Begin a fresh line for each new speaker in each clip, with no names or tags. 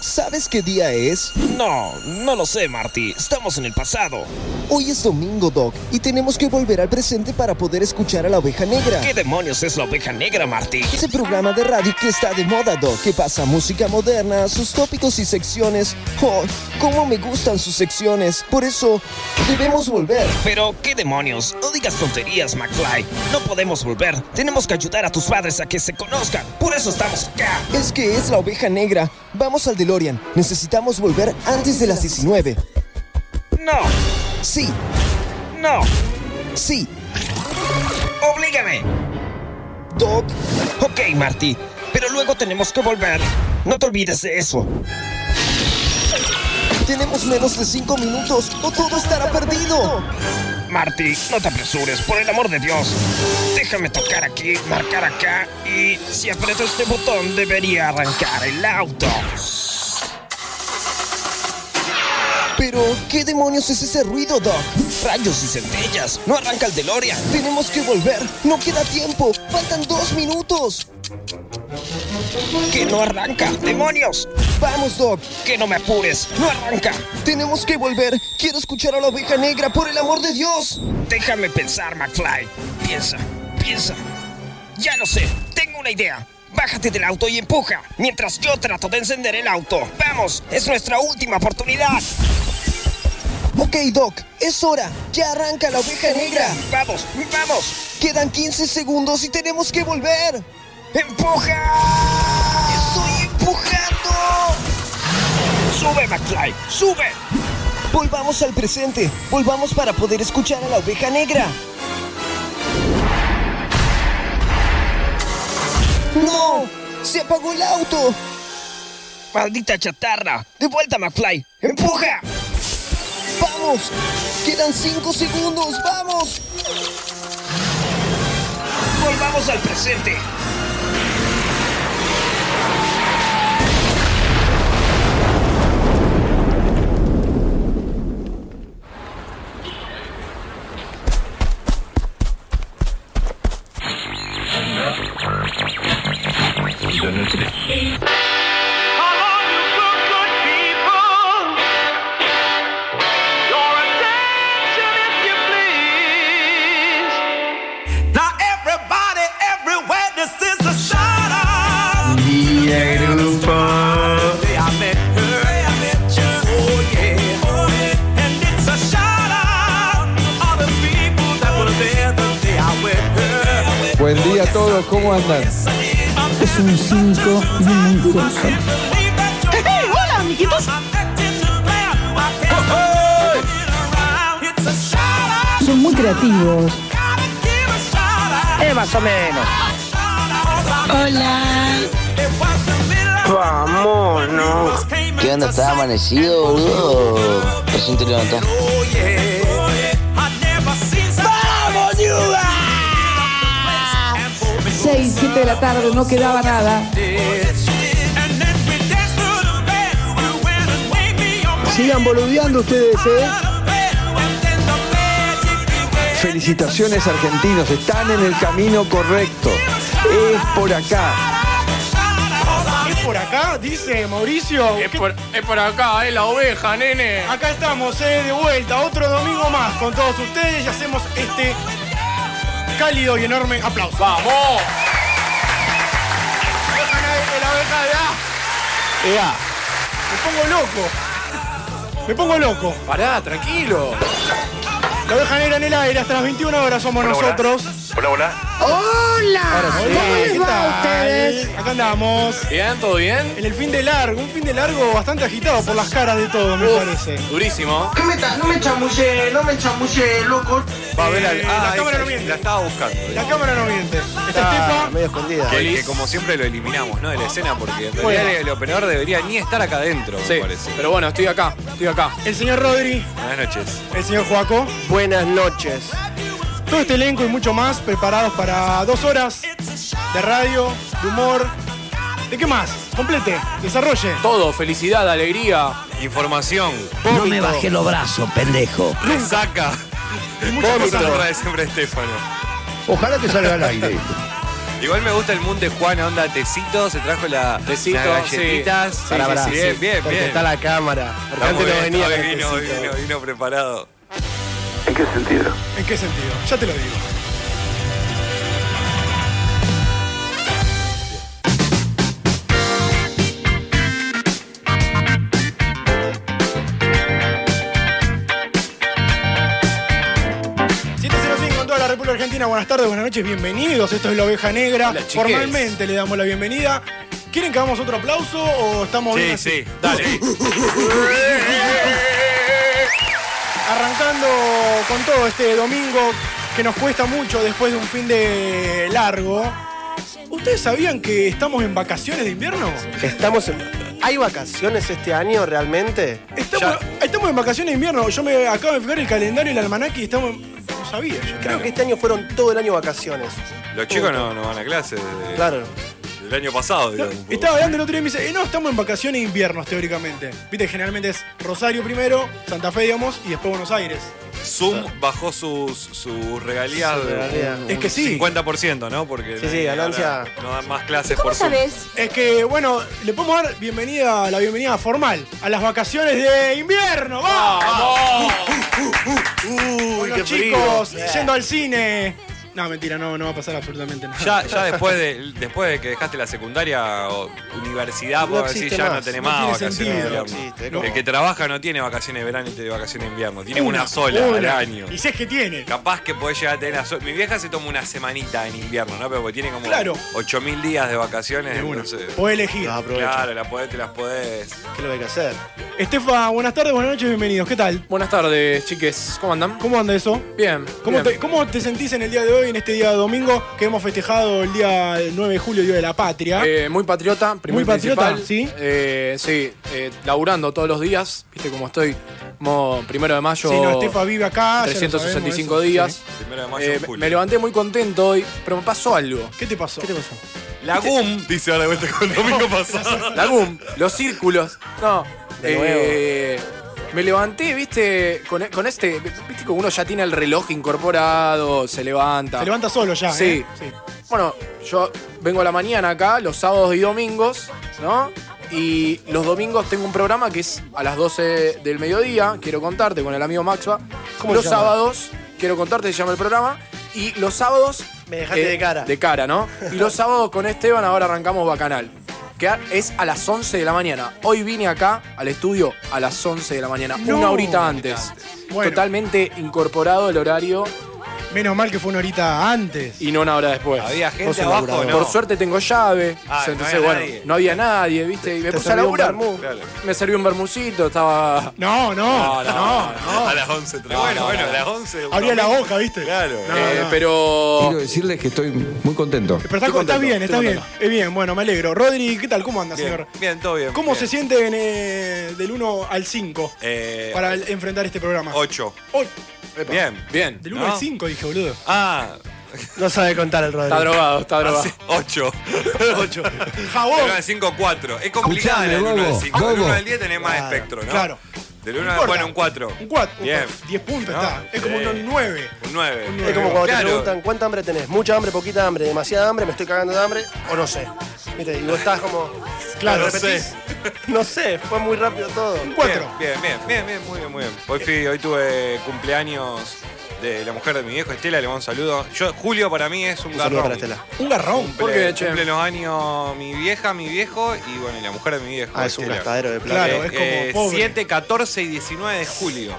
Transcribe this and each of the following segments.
¿Sabes qué día es?
No, no lo sé, Marty. Estamos en el pasado.
Hoy es domingo, Doc, y tenemos que volver al presente para poder escuchar a la oveja negra.
¿Qué demonios es la oveja negra, Marty?
Ese programa de radio que está de moda, Doc, que pasa música moderna, sus tópicos y secciones. ¡Oh, cómo me gustan sus secciones! Por eso, debemos volver.
Pero, ¿qué demonios? No digas tonterías, McFly. No podemos volver. Tenemos que ayudar a tus padres a que se conozcan. Por eso estamos acá.
Es que es la oveja negra. Vamos al DeLorean. Necesitamos volver antes de las 19.
No,
Sí,
no.
sí,
Oblígame.
Doc.
Ok, Marty. Pero luego tenemos que volver. No te olvides de eso.
Tenemos menos de 5 minutos o todo estará perdido.
Marty, no te apresures, por el amor de Dios. Déjame tocar aquí, marcar acá y si aprieto este botón debería arrancar el auto.
Pero, ¿qué demonios es ese ruido, Doc?
Rayos y centellas, no arranca el DeLorean.
Tenemos que volver. No queda tiempo. Faltan dos minutos.
Que no arranca, demonios.
Vamos, Doc.
Que no me apures, no arranca.
Tenemos que volver. Quiero escuchar a la oveja negra, por el amor de Dios.
Déjame pensar, McFly. Piensa, piensa. Ya lo sé, tengo una idea. Bájate del auto y empuja, mientras yo trato de encender el auto. Vamos, es nuestra última oportunidad.
Ok, Doc. Es hora. Ya arranca la oveja negra.
Vamos, vamos.
Quedan 15 segundos y tenemos que volver.
¡Empuja!
Estoy empujando.
¡Sube, McFly! ¡Sube!
Volvamos al presente. Volvamos para poder escuchar a la oveja negra. ¡No! ¡Se apagó el auto!
¡Maldita chatarra! ¡De vuelta, McFly! ¡Empuja!
¡Vamos! Quedan cinco segundos. ¡Vamos!
¡Volvamos al presente!
Come on, you good, good people. Your attention, if you please. Now, everybody, everywhere, this is a shout out. Hey, I met her, hey, I met you. Oh, yeah, oh, yeah. And it's a shout out to all the people that were there the day I met her.
Buen día a todos, ¿cómo andan?
Es un 5 minutos.
hola, amiguitos. Son muy creativos.
Es Eh, más o menos. Hola. Vámonos.
¿Qué onda? ¿Estás amanecido, boludo? Recién te levantás.
¡Vamos, Yuga!
6, 7 de la tarde, no quedaba nada.
Sigan boludeando ustedes, ¿eh? Felicitaciones argentinos, están en el camino correcto. Es por acá.
¿Es por acá? Dice Mauricio.
Es
¿Qué-
por, es por acá, es la oveja, nene.
Acá estamos, eh, de vuelta, otro domingo más con todos ustedes y hacemos este cálido y enorme aplauso.
¡Vamos!
Dejan ahí la oveja de A. Me pongo loco. Me pongo loco.
Pará, tranquilo.
La oveja negra en el aire, hasta las 21 horas somos nosotros.
Hola, hola.
¡Hola! ¿Cómo les va a ustedes?
Ahí, Acá andamos.
¿Bien? ¿Todo bien?
En el fin de largo, un fin de largo bastante agitado por las caras de todo, me parece.
Durísimo.
No me, ta- no me chamulle, no me chamulle, loco. Eh,
Va a ver
Eh,
Ah,
la cámara no miente. La estaba buscando. La cámara no miente. Está Estefa.
medio escondida.
Que- que
como siempre lo eliminamos, ¿no? De la escena, porque en
Bueno.
realidad el operador debería ni estar acá adentro, me
Sí,
parece.
pero bueno, estoy acá, estoy acá.
El señor Rodri,
Buenas noches.
el señor Joaco.
Buenas noches.
Todo este elenco y mucho más preparados para dos horas de radio, de humor. ¿De qué más? Complete, desarrolle.
Todo, felicidad, alegría.
Información.
No me
bajé los brazos, pendejo.
Saca.
muchas
Vómito.
cosas.
Lo trae siempre Estefano.
Ojalá te salga al aire.
Igual me gusta el mundo de Juana, onda tecito, se trajo la,
Tecito,
las galletitas.
sí.
Pará,
Sí,
pará.
sí, sí,
bien, bien,
porque
bien.
está la cámara. Porque
Está muy
antes
bien,
no venía
hoy
con el
vino, hoy
tecito.
vino, vino preparado.
¿En qué sentido? ¿En qué sentido? Ya te lo digo. en toda la República Argentina, buenas tardes, buenas noches, bienvenidos. Esto es la oveja negra.
Hola, chiques.
Formalmente le damos la bienvenida. ¿Quieren que hagamos otro aplauso o estamos bien?
Sí,
así?
sí, dale.
Arrancando con todo este domingo que nos cuesta mucho después de un fin de largo. ¿Ustedes sabían que estamos en vacaciones de invierno?
Estamos en- ¿Hay vacaciones este año realmente?
Estamos, estamos en vacaciones de invierno. Yo me acabo de fijar el calendario y el almanaque y estamos. en- No sabía yo.
Creo que este año fueron todo el año vacaciones.
Los chicos no, no van a clase desde
Claro.
el año pasado, digamos.
Estaba hablando el otro día y me dice, eh, no, estamos en vacaciones de invierno, teóricamente. Viste, generalmente es Rosario primero, Santa Fe, digamos, y después Buenos Aires.
Zoom bajó sus, sus regalías
Sus
de
regalías. Es que sí.
50%, ¿no? Porque
Sí, sí,
ahora
ganancia.
No dan más clases Este, por Zoom.
Es que, bueno, le podemos dar bienvenida, la bienvenida formal a las vacaciones de invierno. ¡Vamos! Con los
qué frío.
chicos
Yeah.
yendo al cine. No, mentira, no, no va a pasar absolutamente nada.
Ya, ya después, de, después de que dejaste la secundaria o universidad,
No
por decir,
existe
ya no
más,
tenés
no
más
tiene
vacaciones de
sentido.
invierno.
No existe,
El
no.
que trabaja no tiene vacaciones de verano y tiene vacaciones de invierno. Tiene una, sola
Una.
al año.
Y si es que tiene.
Capaz que podés llegar a tener una sola. Mi vieja se toma una semanita en invierno, ¿no? Pero porque tiene como
Claro.
8.000 días de vacaciones.
De una.
entonces-
Podés
Ah,
elegir.
Claro, la podés, te las podés.
¿Qué lo hay que hacer?
Estefa, buenas tardes, buenas noches, bienvenidos. ¿Qué tal?
Buenas tardes, chiques. ¿Cómo andan?
¿Cómo anda eso?
Bien.
¿Cómo
bien.
te, cómo te sentís en el día de hoy, en este día de domingo, que hemos festejado el día 9 de julio, Día de la Patria?
Eh, muy patriota, primero
Muy patriota,
¿sí? sí, eh, laburando todos los días, viste cómo estoy, como primero de mayo.
si no, Estefa vive acá. ya lo sabemos
365
eso.
días.
Primero de mayo,
Eh, me- me levanté muy contento hoy, pero me pasó algo.
¿Qué te pasó? ¿Qué te pasó?
La GUM.
Dice ahora de vuelta con el domingo pasado.
La GUM, los círculos. No.
De nuevo.
eh, me levanté, viste, con, con este. Viste que uno ya tiene el reloj incorporado, se levanta.
Se levanta solo ya.
Sí.
¿eh? sí.
Bueno, yo vengo a la mañana acá, los sábados y domingos, ¿no? Y los domingos tengo un programa que es a las 12 del mediodía, quiero contarte, con el amigo Maxva.
¿Cómo
los
se llama?
sábados, quiero contarte, se llama el programa. Y los sábados... eh,
Me dejaste
Eh,
de cara.
De cara, ¿no? Y los sábados con Esteban ahora arrancamos Bacanal. Que a- es a las 11 de la mañana. Hoy vine acá al estudio a las 11 de la mañana,
No.
una horita antes.
Bueno.
Totalmente incorporado el horario
Menos mal que fue una horita antes.
y no una hora después.
Había gente
Vos
abajo,
laburador.
¿no?
Por suerte tengo llave.
Ah, no
entonces,
había
bueno,
nadie.
no había nadie, ¿viste? Y me
¿Te
puse a
serví un
laburar.
vermú?
Claro.
Me serví un bermucito, estaba.
No, no, no.
A las 11.
No,
bueno,
no,
bueno,
no.
a las 11. un
Abría la
domingo.
hoja, ¿viste?
Claro.
No,
Eh,
no.
Pero.
Quiero decirles que estoy muy contento.
Pero
estoy
estás, estás
contento,
bien,
estoy
estás bien.
contento.
Es bien, bueno, me alegro. Rodri, ¿qué tal? ¿Cómo anda,
Bien,
señor?
bien, todo bien.
¿Cómo
bien.
se sienten eh, del 1 al 5
Eh,
para el- enfrentar este programa?
8.
Hoy,
Bien.
Bien.
del 1
¿No?
al 5, dije, boludo.
Ah,
No sabe contar el
Está
Rodri.
drogado, está drogado.
8. 8. Del 1
Ah, Jabón.
al 5, 4. Es complicada
Escuchame,
del 1 al
bobo,
5. Del 1
bobo.
al 10 tenés más
Claro,
espectro, ¿no?
Claro.
Del 1
No
al
importa.
4, un 4.
Un 4.
Bien.
10 puntos
¿No?
está. Es como
Sí.
un 9.
Un 9.
Es como cuando te
Claro.
preguntan cuánta hambre tenés, mucha hambre, poquita hambre, demasiada hambre, me estoy cagando de hambre o no sé. Viste, y vos estás como,
Claro,
No sé.
no sé, fue muy rápido todo.
Un 4.
Bien, bien, bien, bien, bien, muy bien, muy bien. Hoy, fui, hoy tuve cumpleaños de la mujer de mi viejo, Estela, le mando un saludo. Yo, Julio para mí es un,
Un
garrón.
saludo para Estela.
Un garrón.
¿Por
Cumple-
qué, che?
cumple los años mi vieja, mi viejo y bueno, y la mujer de mi viejo.
Ah, es un
Estela.
gastadero de plata.
Claro,
Eh,
es como
eh,
pobre.
7, 14 y 19 de julio.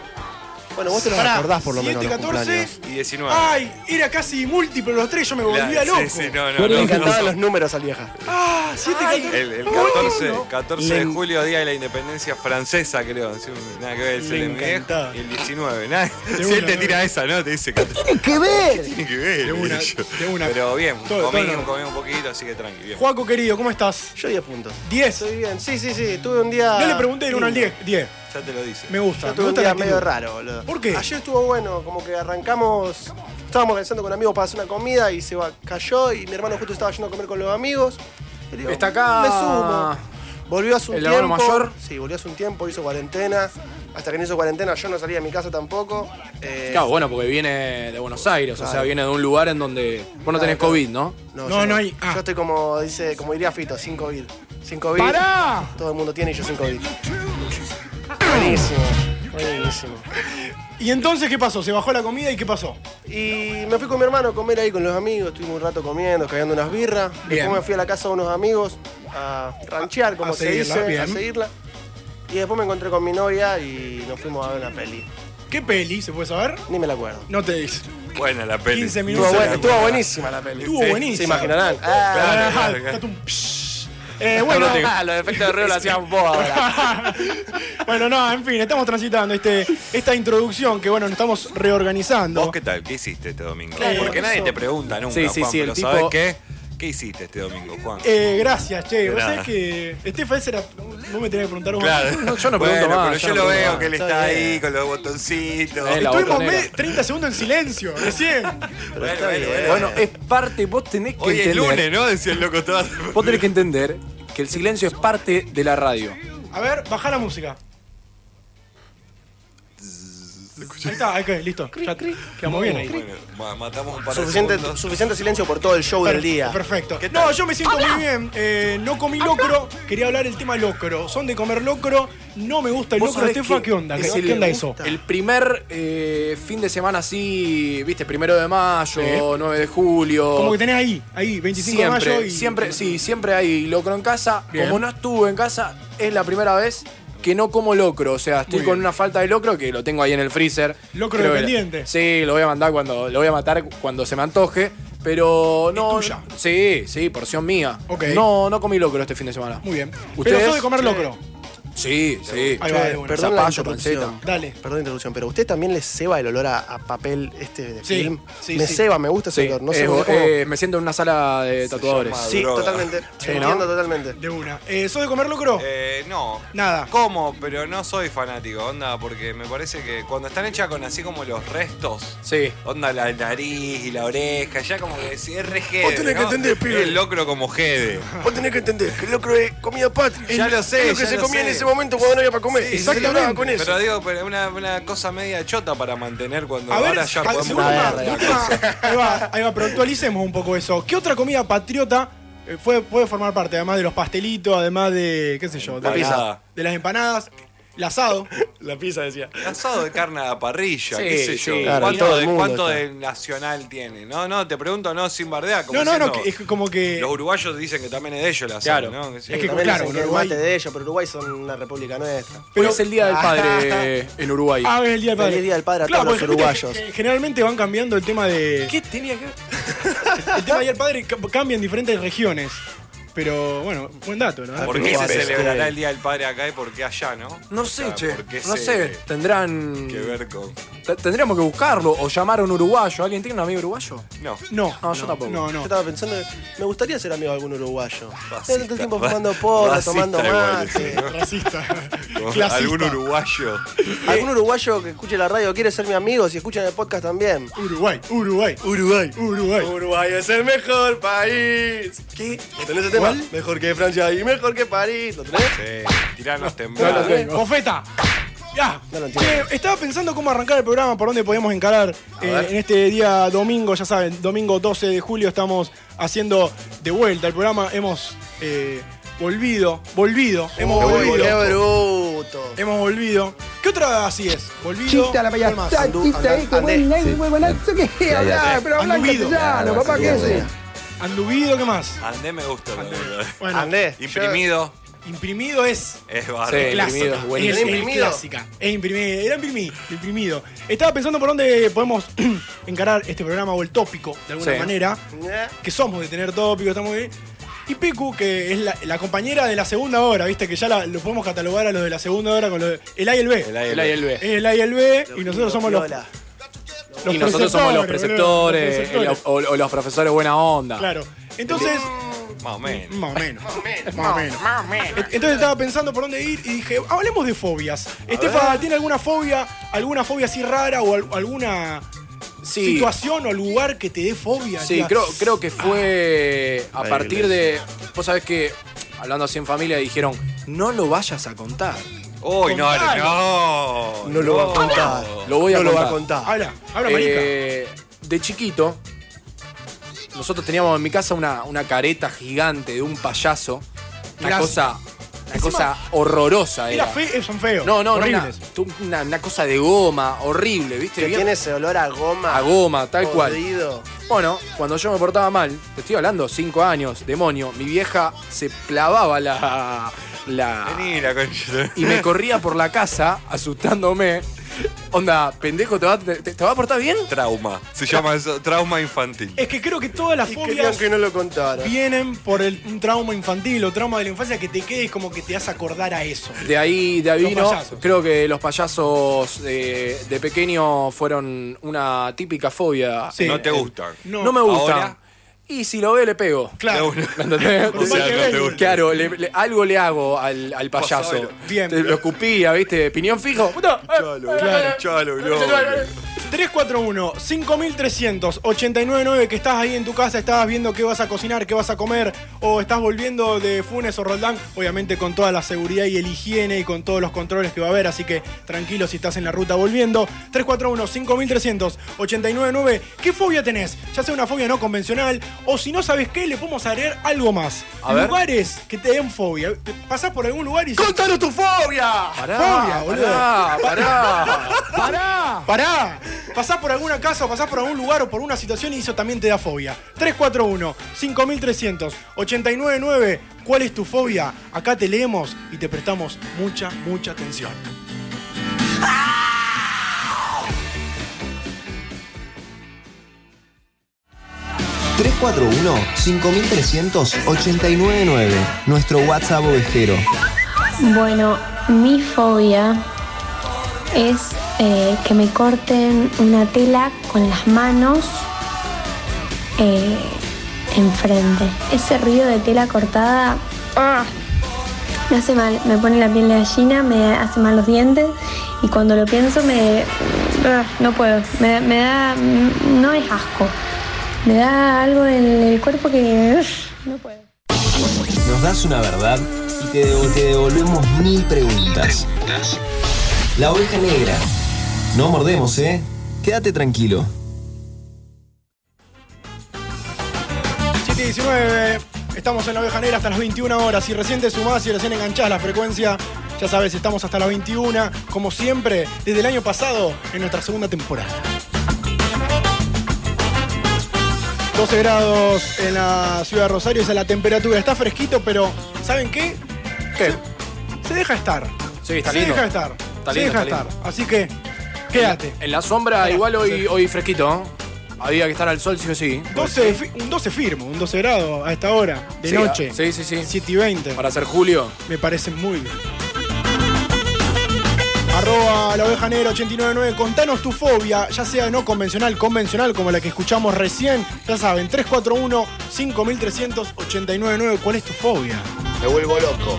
Bueno, vos te lo
Pará,
acordás por lo menos.
7,
los
14.
cumpleaños.
Y 19.
Ay, era casi múltiplo los tres, yo me
Claro,
volvía loco.
Sí, sí, no, no,
Bueno,
no,
Me
Me
encantaban
no.
los números al vieja.
Ah, 7, 14.
El, el 14,
Uh,
el 14 de
Le-
julio, día de la independencia francesa, creo. Sí, nada que ver, es el de mi viejo.
encantaba.
Y el 19, nada. Si
una,
él te
¿no?
tira esa, ¿no? Te dice que
¡Qué ver!
tiene que ver.
De una,
yo.
de una.
Pero bien,
Todo-
comí,
todo no.
comí un poquito, así que tranqui. bien.
Juaco querido, ¿cómo estás?
Yo 10 puntos.
10.
Estoy bien, sí, sí, sí, tuve un día...
No le pregunté del 1 al
lindo.
10. 10.
Ya te lo dice.
Me gusta.
Yo
Me
tuve un
gusta la
día medio
actitud.
raro, boludo.
¿Por qué?
Ayer estuvo bueno, como que arrancamos. Estábamos pensando con amigos para hacer una comida y se va- cayó y mi hermano justo estaba yendo a comer con los amigos. Y le digo,
Está acá.
Me sumo. Volvió hace un
¿El hermano
tiempo.
mayor?
Sí, volvió hace un tiempo, hizo cuarentena. Hasta que en hizo cuarentena yo no salía de mi casa tampoco. Eh,
Claro, bueno, porque viene de Buenos Aires, o sea,
Claro.
viene de un lugar en donde vos no tenés COVID, ¿no?
No, yo no hay.
ah.
Yo estoy como dice, como diría Fito, sin COVID. Sin COVID.
¡Pará!
Todo el mundo tiene y yo sin COVID. Buenísimo. Buenísimo.
¿Y entonces qué pasó? ¿Se bajó la comida y qué pasó?
Y me fui con mi hermano a comer ahí con los amigos, estuvimos un rato comiendo, cagando unas birras.
Bien.
Después me fui a la casa de unos amigos a ranchear, como
a
se
seguirla,
dice,
bien.
a seguirla. Y después me encontré con mi novia y nos fuimos a ver una peli.
¿Qué peli? ¿Se puede saber?
Ni me la acuerdo.
No te dice.
Buena la peli.
15 minutos.
Estuvo, buena- estuvo buenísima la peli.
Estuvo
Sí,
buenísimo.
Se imaginarán. Ah,
Claro,
Ah,
claro, claro.
tatum, psh. Eh, bueno,
Ah,
los efectos de ruido lo hacían vos ahora.
bueno, no, en fin, estamos transitando este, esta introducción que, bueno, nos estamos reorganizando.
¿Vos qué tal? ¿Qué hiciste este domingo?
Claro,
Porque
eso.
nadie te pregunta nunca,
Sí, sí,
Juan,
sí, el
pero
tipo-
¿sabes qué? ¿Qué hiciste este domingo, Juan?
Eh, gracias, che.
De
Vos
nada.
sabés que. Estefa, ese era. Vos me tenés que preguntar vos.
No, yo no
Bueno,
pregunto más,
pero
yo
yo,
no
lo
pregunto
veo
más.
que él está,
Está bien.
ahí con los botoncitos.
Es la
Estuvimos
botonera.
me- 30 segundos en silencio, recién.
Bueno, bueno, bueno.
Bueno, es parte, vos tenés que
Hoy es
entender.
lunes, ¿no? Decía el loco todo.
Vos tenés que entender que el silencio es parte de la radio.
A ver, baja la música. Ahí está, ahí que, listo. Ya quedamos bien ahí.
Bueno, ma- matamos un par de
Suficiente,
segundos.
suficiente silencio por todo el show
Per-
del día.
Perfecto.
¿Qué tal?
No, yo me siento muy bien. Eh, no comí locro. Quería hablar el tema locro. Son de comer locro. No me gusta el
Vos
locro.
sabés
Estefa,
que
¿qué onda? ¿Qué,
es
qué onda eso?
El primer eh, fin de semana así, viste, primero de mayo,
Sí.
9 de julio.
Como que tenés ahí, ahí, 25
siempre,
de mayo. Y...
siempre, sí, siempre hay locro en casa.
Bien.
Como no estuve en casa, es la primera vez que no como locro. O sea, estoy
Muy
con
bien.
una falta de locro que lo tengo ahí en el freezer.
Locro
Creo que-
dependiente.
sí, lo voy a mandar cuando. Lo voy a matar cuando se me antoje. Pero no.
tuya.
Sí, sí, porción mía.
Ok.
No, no comí locro este fin de semana.
Muy bien.
¿Ustedes?
Pero soy de comer locro.
Sí, sí.
Ahí va, de
Che,
una.
perdón la
Zapallo,
interrupción.
panceta.
Dale.
Perdón la interrupción, pero ¿usted también le ceba el olor a, a papel este de
Sí,
film?
sí,
me
sí.
ceba, me gusta ese
Sí,
olor. Este No
eh,
sé por qué,
eh, me siento en una sala de tatuadores.
llama-
Sí,
droga.
totalmente.
Sí, ¿no?
Entiendo totalmente.
De una. Eh, ¿Sos de comer locro?
Eh, no.
Nada.
Como, pero no soy fanático, onda, porque me parece que cuando están hechas con así como los restos,
Sí.
onda la nariz y la oreja, ya como que si es re
Vos
jede,
tenés que
¿no?
entender, pibe.
El locro como jede.
Vos tenés que entender que el locro es comida patria.
Ya
Es
lo sé,
Es lo que
ya
se
lo
comía
sé.
en ese momento cuando no había para comer.
Sí,
y se celebraba con eso.
Pero digo, pero una, una cosa media chota para mantener cuando
A ver,
ahora ya
a-
podemos.
seguro
una
más,
verga.
última- ahí va, ahí va, pero actualicemos un poco eso. ¿Qué otra comida patriota eh, fue, puede formar parte? Además de los pastelitos, además de, qué sé yo, de,
La pizza.
de las empanadas, el asado.
La pizza decía.
Asado de carne a la parrilla,
Sí,
qué sé yo.
sí.
Claro,
¿Cuánto,
todo el
de,
mundo
cuánto
está.
de nacional tiene? No, no, te pregunto, no, sin bardear. como
No, no, no,
diciendo,
que- es que como que.
Los uruguayos dicen que también es de ellos la asado,
Claro.
¿no? Que sí.
Es que-
también
claro,
claro, el
Uruguay-
mate de ellos, pero Uruguay son una república nuestra.
Pero es el Día del Padre Eh, en Uruguay.
Ah, es el día del padre.
Feliz Día del Padre a todos
porque
los
viste que
uruguayos.
Generalmente van cambiando el tema de.
¿Qué tenía que ver?
El tema del día del padre ca- cambia en diferentes regiones. Pero bueno, buen dato, ¿no?
¿Por qué se
Uruguay,
celebrará
sí.
el Día del Padre acá y por qué allá, no?
No
O
sé,
sea,
che.
¿por qué
No
se-
sé. Tendrán.
Que ver con.
T- Tendríamos que buscarlo o llamar a un uruguayo. ¿Alguien tiene un amigo uruguayo?
No.
No,
No, yo tampoco.
No,
Yo
no.
estaba pensando, me gustaría ser amigo de algún uruguayo.
Racista,
Todo el tiempo
ra-
fumando porra,
racista
tomando
igual,
mate.
ese, ¿no?
Racista.
Algún
Clasista.
uruguayo.
Algún uruguayo que escuche la radio quiere ser mi amigo, si escuchan el podcast también.
Uruguay, Uruguay, Uruguay, Uruguay.
Uruguay es el mejor país. ¿Qué? ¿Lo tenés ese tema? Mejor que Francia y mejor que París. ¿Lo tenés?
Sí, tiranos
Ah,
temblar.
eh, Bofeta. Ya.
No lo entiendo.
Che, estaba pensando cómo arrancar el programa, por dónde podíamos encarar eh, en este día domingo, ya saben, domingo 12 de julio estamos haciendo de vuelta el programa. Hemos eh, volvido, volvido, hemos
Uy,
volvido.
qué bruto.
Hemos volvido. ¿qué otra así es? Volvido.
Chiste a la
¿cuál
payasa,
más?
chiste ahí, como
Andé.
un nene, huevonazo, que hablar, pero hablar
Anduido.
castellano, papá, ¿qué es eso?
Anduvido, ¿qué más?
Andé me gusta. la verdad.
Bueno,
Andé.
Imprimido
imprimido es
es barro.
Sí. Imprimido,
clásica.
buenísimo.
Es, es
Imprimido.
clásica. Es imprimido. Era imprimido, imprimido. Estaba pensando por dónde podemos encarar este programa o el tópico, de alguna
Sí.
manera.
Yo- Eh,
Que somos de tener tópico, estamos bien. Y Pecu, que es la, la compañera de la segunda hora, viste, que ya la- lo podemos catalogar a los de la segunda hora con los de- el A y el B.
El
Es
aire.
El A y el B.
el A y el B, y nosotros somos los,
Piola.
los
y nosotros somos los
boludo, los
preceptores
preceptores.
el- o, o los profesores buena onda.
Claro. Entonces,
Más o menos.
más o menos. Más o menos. Entonces estaba pensando por dónde ir y dije, hablemos de fobias. Estefa, ¿tiene alguna fobia? ¿Alguna fobia así rara o al- alguna
Sí.
situación o lugar que te dé fobia?
Sí,
Diga,
creo, creo que fue a
Ahí,
partir
le-
"Ah,
de. Vos sabés que, hablando así en familia, dijeron: no lo vayas a contar.
Uy, no, no,
Contalo.
no.
No lo va a contar. Lo voy a
No lo va a
contar.
contar. Habla, habla,
Eh, de chiquito, nosotros teníamos en mi casa una, una careta gigante de un payaso. Una
Mirá,
cosa. Una
encima-
cosa horrorosa
Era
era.
fe son feos.
No, no, no, una,
horribles.
una, una cosa de goma, horrible, ¿viste?
Que tiene
ese olor a goma. A goma, tal
podrido.
cual. Bueno, cuando yo me portaba mal, te estoy hablando, cinco años, demonio, mi vieja se clavaba la. la y me corría por la casa asustándome. Onda, pendejo, ¿te va, te, te va a portar bien?
Trauma. Se llama eso, trauma infantil.
Es que creo que todas las fobias
no lo contara.
vienen por el, un trauma infantil o trauma de la infancia que te quedes como que te hace acordar a eso.
De ahí, de ahí
Los
vino.
payasos.
Creo que los payasos eh, de pequeño fueron una típica fobia.
Sí. No te
Eh,
gustan.
No,
No.
me gustan.
Ahora-
Y si lo veo, le pego.
Claro.
¿Me entendés?
O sea, no te gusta.
Claro, le- le- algo le hago al, al payaso.
Pasabelo.
Te- lo escupía, ¿viste? Piñón fijo. Puta, eh, eh, eh,
Chalo,
eh, eh, eh.
341 53899 que estás ahí en tu casa, estás viendo qué vas a cocinar, qué vas a comer, o estás volviendo de Funes o Roldán, obviamente con toda la seguridad y el higiene y con todos los controles que va a haber, así que tranquilo si estás en la ruta volviendo. 341 53899 ¿qué fobia tenés? Ya sea una fobia no convencional, o si no sabes qué, le podemos agregar algo más.
A ver.
Lugares que te den fobia. Te- Pasás por algún lugar y...
¡Contanos tu fobia! Pará,
¡Fobia, boludo!
pará, pará. ¡Pará!
¡Pará! Pasás por alguna casa o pasás por algún lugar o por una situación y eso también te da fobia. 341-5300-899. ¿Cuál es tu fobia? Acá te leemos y te prestamos mucha, mucha atención.
...341-5300-899. Nuestro WhatsApp ovejero.
Bueno, mi fobia es eh, que me corten una tela con las manos eh, enfrente. Ese este ruido de tela cortada ¡ah! me hace mal, me pone la piel de gallina, me hace mal los dientes y cuando lo pienso me... ah, no puedo, me, me da... no es asco, me da algo en el cuerpo que... uf, no puedo.
Nos das una verdad y te, devo- te devolvemos mil preguntas. La oveja negra. No mordemos, ¿eh? Quédate tranquilo.
7 y 19, estamos en la oveja negra hasta las 21 horas. Si recién te sumás y recién enganchás la frecuencia, ya sabes, estamos hasta las 21, como siempre, desde el año pasado, en nuestra segunda temporada. 12 grados en la ciudad de Rosario, esa es la temperatura. Está fresquito, pero ¿saben qué?
¿Qué?
Se deja estar.
Sí, está
se
lindo.
deja estar.
Está
se
lindo,
deja
está
estar.
lindo.
Así que, quédate.
En la sombra,
Pará,
igual hoy,
sí.
hoy fresquito. ¿no? Había que estar al sol, sí o sí.
12, fi- un 12 firmo, un 12 grado a esta hora, de
Sí,
noche.
ah, Sí, sí, sí.
7 y 20.
Para ser julio.
Me parece muy bien. Arroba la oveja negra 899, contanos tu fobia, ya sea no convencional, convencional, como la que escuchamos recién. Ya saben, 341-5300-899, ¿cuál es tu fobia?
Me vuelvo loco.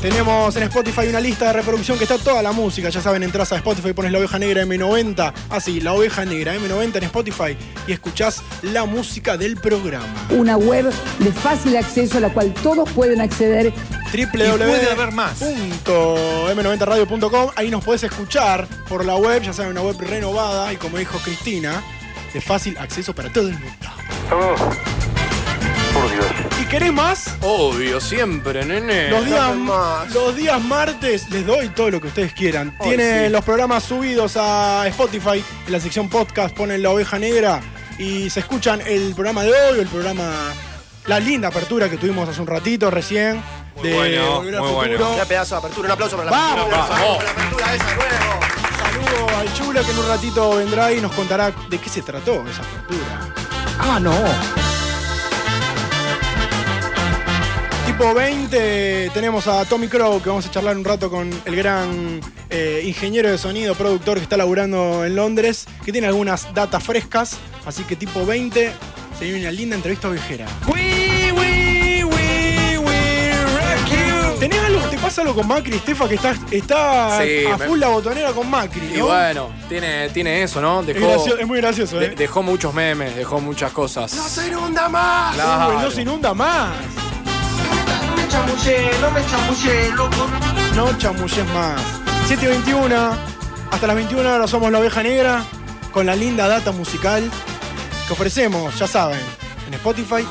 Tenemos en Spotify una lista de reproducción que está toda la música. Ya saben, entras a Spotify, pones la oveja negra M90. Ah, sí, la oveja negra M90 en Spotify y escuchás la música del programa.
Una web de fácil acceso a la cual todos pueden acceder.
www.m90radio.com. Ahí nos podés escuchar por la web, ya saben, una web renovada y como dijo Cristina, de fácil acceso para todo el mundo.
Por Dios.
¿Y querés más?
Obvio, siempre, nene.
Los días, los días martes les doy todo lo que ustedes quieran.
Ay,
Tienen
sí.
los programas subidos a Spotify, en la sección podcast ponen la oveja negra y se escuchan el programa de hoy, el programa, la linda apertura que tuvimos hace un ratito recién. de
bueno,
Volver al
muy bueno.
Futuro.
Una pedazo de apertura, un aplauso para la
Vamos,
apertura,
vamos.
por la apertura esa, luego.
Saludo al Chula que en un ratito vendrá y nos contará de qué se trató esa apertura.
Ah, no.
Tipo 20 tenemos a Tommy Crow que vamos a charlar un rato con el gran eh, ingeniero de sonido, productor que está laburando en Londres, que tiene algunas datas frescas. Así que tipo 20 se viene una linda entrevista ovejera. ¿Tenés algo? ¿Te pasa algo con Macri, Estefa, que está, está
Sí,
a
me-
full la botonera con Macri?
Y
¿no?
bueno, tiene, tiene eso, ¿no?
Es,
Dejó,
gracio- es muy gracioso,
de-
¿eh?
dejó muchos memes, dejó muchas cosas.
¡No se inunda más!
Claro.
Uy, no se inunda más.
chamullé, no me chamullé, loco.
No chamulles más. 7.21, hasta las 21 horas somos la oveja negra con la linda data musical que ofrecemos, ya saben, en Spotify.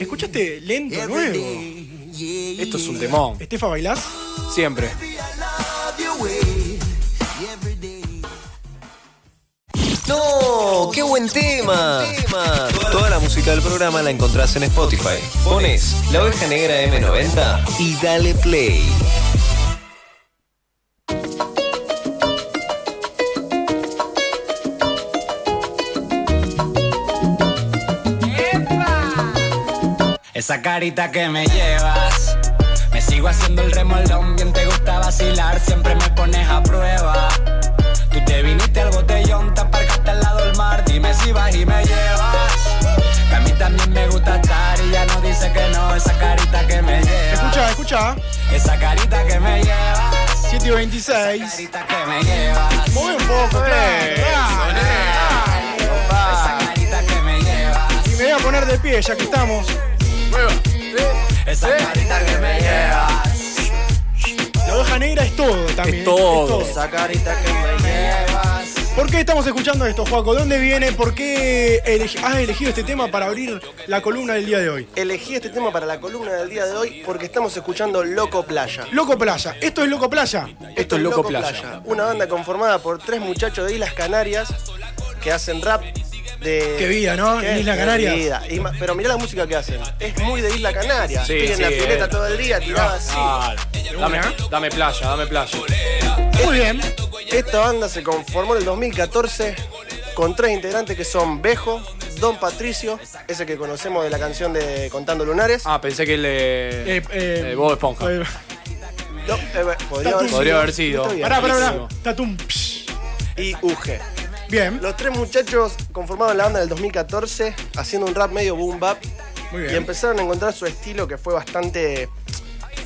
¿Escuchaste lento nuevo?
Esto es un temón.
¿Estefa bailás?
Siempre.
¡No! ¡Qué buen tema! Toda la música del programa la encontrás en Spotify. Pones La Oveja Negra M90 y dale play.
Esa carita que me llevas, me sigo haciendo el remolón, bien te gusta vacilar, siempre me pones a prueba. Tú te viniste al botellón, te aparcaste al lado del mar, dime si vas y me llevas. Que a mí también me gusta estar y ya no dice que no, esa carita que me llevas.
Escucha, escucha.
Esa carita que me llevas.
7 y 26. Esa
carita que me llevas.
Muy poco,
Esa carita que me llevas.
Y me voy a poner de pie, ya que estamos.
Esa carita que me llevas.
La oveja negra es todo también. Es
todo. Esa carita que me llevas.
¿Por qué estamos escuchando esto, Juaco? ¿Dónde viene? ¿Por qué elegi- has elegido este tema para abrir la columna del día de hoy?
Elegí este tema para la columna del día de hoy porque estamos escuchando Loco Playa.
Loco Playa. ¿Esto es Loco Playa?
Esto es Loco Playa, una banda conformada por tres muchachos de Islas Canarias que hacen rap de.
Qué vida, ¿no?
Qué-
En Islas
qué
Canarias.
vida. Y ma- pero mirá la música que hacen. Es muy de Isla Canaria.
Sí,
Estoy en
sí,
la pileta
eh.
todo el día, tirada así.
Ah, dame, dame playa, dame playa. ah.
Muy bien. Esta banda se conformó en el 2014 con tres integrantes que son Bejo, Don Patricio, ese que conocemos de la canción de Contando Lunares.
Ah, pensé que el de
eh,
de Bob Esponja.
No, eh, bueno, podría, haber
Tatum. Podría haber sido.
Está bien.
Pará, pará, pará. Tatum.
Y UG.
Bien.
Los tres muchachos conformaron la banda del 2014 haciendo un rap medio boom bap.
Muy
Y empezaron a encontrar su estilo que fue bastante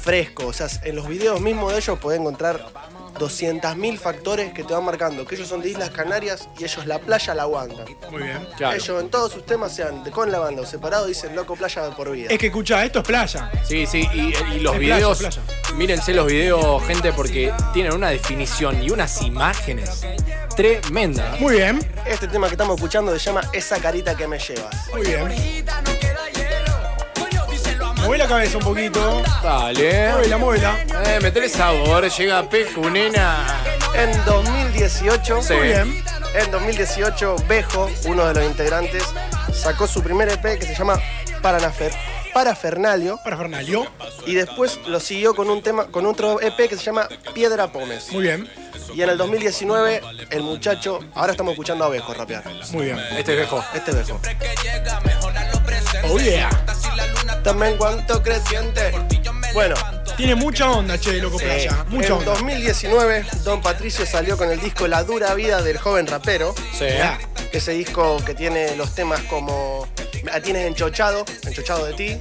fresco. O sea, en los videos mismos de ellos podés encontrar 200.000 factores que te van marcando. Que ellos son de Islas Canarias y ellos la playa la aguantan.
Muy bien.
Ellos en todos sus temas, sean de- con la banda o separado, dicen loco playa por vida.
Es que escuchá, esto es playa.
Sí, sí, y, y los
Es playa,
videos.
playa.
Mírense los videos, gente, porque tienen una definición y unas imágenes tremendas.
Muy bien.
Este tema que estamos escuchando se llama Esa carita que me llevas.
Muy bien. Mueve la cabeza un poquito.
Dale.
Muévela, muévela.
Eh, metele sabor, llega Peju, nena.
En 2018,
Sí. Muy bien.
en 2018, Bejo, uno de los integrantes, sacó su primer EP que se llama Paranafer, Parafernalio.
Parafernalio.
Y después lo siguió con un tema, con otro EP que se llama Piedra Pómez.
Muy bien.
Y en el 2019, el muchacho, ahora estamos escuchando a Bejo rapear.
Muy bien.
Este es Bejo.
Este es Bejo.
Oh yeah.
También cuanto creciente. Bueno,
Tiene mucha onda, che, Loco
Sí.
Playa. Mucha
En
onda.
2019, Don Patricio salió con el disco La dura vida del joven rapero.
Sí.
Ese disco que tiene los temas como La tienes enchochado, enchochado de ti.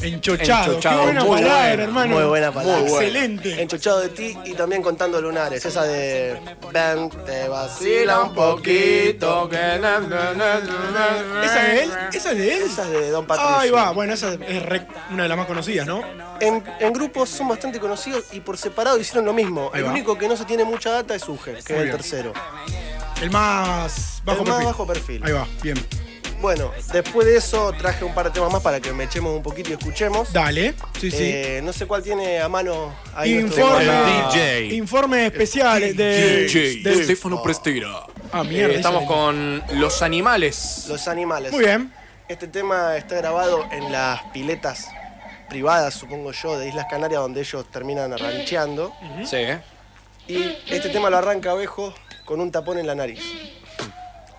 Enchochado. Qué buena palabra, hermano.
Muy buena palabra.
Muy buena. Excelente.
Enchochado de ti y también contando lunares. Esa de Ven, te vacila un poquito.
¿Esa es de él? ¿Esa es de él?
Esa es de Don Patricio.
Ahí va, bueno, esa es re- una de las más conocidas, ¿no?
En, en grupos son bastante conocidos y por separado hicieron lo mismo.
Ahí
el
va.
único que no se tiene mucha data es Uge, que es el
bien.
tercero.
El más bajo
El más
perfil.
bajo perfil.
Ahí va, bien.
Bueno, después de eso traje un par de temas más para que me echemos un poquito y escuchemos.
Dale, sí, sí.
Eh, No sé cuál tiene a mano ahí. nuestro
Informe,
guarda-
informe especial de,
DJ,
de-
Stefano Prestera.
Eh, Ah, mierda,
Eh, estamos
dice-
con los animales.
Los animales.
Muy bien.
Este tema está grabado en las piletas privadas, supongo yo, de Islas Canarias, donde ellos terminan arrancheando.
Sí.
Y este tema lo arranca Abejo con un tapón en la nariz.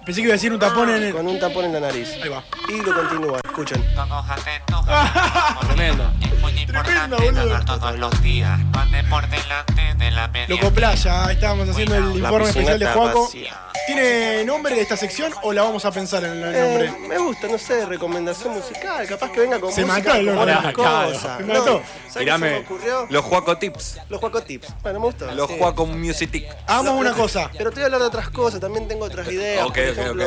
Pensé que iba a decir un tapón en el.
Con un tapón en la nariz.
Ahí va. Ah,
Y lo continúa, escuchen.
Tremendo.
Es muy importante nadar todos los días. No andes por delante de la media.
Loco Playa, ahí estábamos haciendo el informe
piscina
especial de
está
Juaco.
vacía.
¿Tiene nombre de esta sección o la vamos a pensar en el nombre?
Eh, me gusta, no sé, recomendación musical. Capaz que venga con
Se
música,
mató el
con
loco.
otras
Claro,
cosas.
se
No,
mató.
¿sabes qué se me ocurrió?
Los Juaco Tips.
Los Juaco Tips. Bueno, me gusta.
Los
sí.
Juaco Music.
Hagamos
No,
una
pero-
cosa.
Pero te voy a hablar de otras cosas, también tengo otras ideas.
Ok,
por
ok,
ejemplo,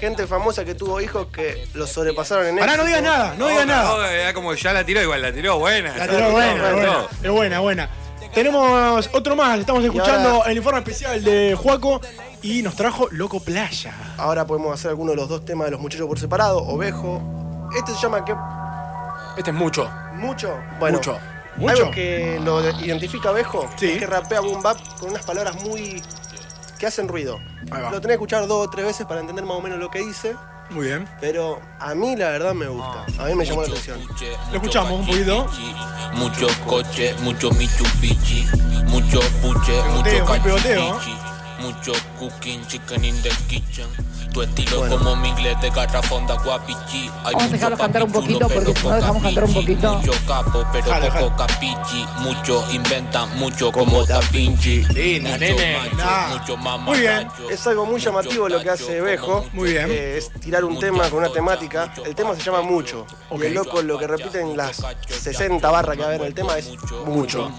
gente famosa que tuvo hijos que los sobrepasaron en
Pará,
éxito.
no digas nada, no digas nada.
Ya Oh, eh, como ya la tiró igual, la tiró buena.
La tiró buena, buena. Es buena, buena. Tenemos otro más, estamos escuchando
ahora-
el informe especial de Juaco y nos trajo Loco Playa.
Ahora podemos hacer alguno de los dos temas de los muchachos por separado, ovejo. Este se llama ¿qué?
Este es mucho.
Mucho. Bueno,
Mucho.
Algo que lo de- identifica Abejo es que rapea Boom Bap con unas palabras muy. que hacen ruido.
Ahí va.
Lo tenés que escuchar dos o tres veces para entender más o menos lo que dice,
Muy bien.
pero a mí la verdad me gusta. A mí me llamó la atención.
Lo escuchamos un poquito.
Muchos coches, mucho michu pichi, mucho puche, mucho
muy pegoteo,
cachipichi, mucho cooking, chicken in the kitchen. Tu estilo como mi inglés de garrafón de aguapichi. Hay
Vamos a
mucho
dejarlo cantar un
papi chulo,
poquito porque
pero
si no dejamos
poca
cantar un
pichi.
poquito.
Mucho capo, pero
Jala,
poco capichi. Mucho inventan, mucho como Da Vinci.
Linda,
Mucho
nene.
macho,
Nah.
mucho mamá.
Es algo muy llamativo lo que hace Bejo. Muy bien. es tirar un tema con una temática. El tema se llama Mucho.
Ok.
Y el loco lo que repiten las 60 barras que va a haber en el tema es Mucho.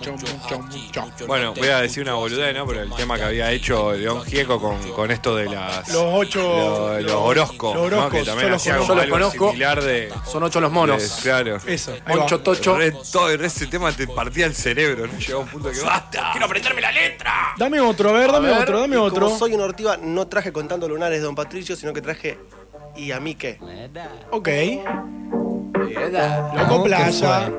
Bueno, voy a decir una boludez, ¿no? Pero el tema que había hecho León Gieco con, con esto de las.
Los ocho.
Los, los Orozco,
Los
¿no?
Orozcos,
que también
yo los
hacía
conozco.
como
Yo
algo
los conozco.
similar de.
Son ocho los monos.
de- claro.
Eso. ahí va.
Moncho Re, todo, re, ese tema te partía el cerebro, ¿no? Llegaba un punto que basta. Quiero aprenderme la letra.
Dame otro, a ver, dame
ver,
otro, dame
y
otro.
Como soy una ortiva, no traje contando lunares Don Patricio, sino que traje ¿Y a mí qué?
Ok. Loco Playa.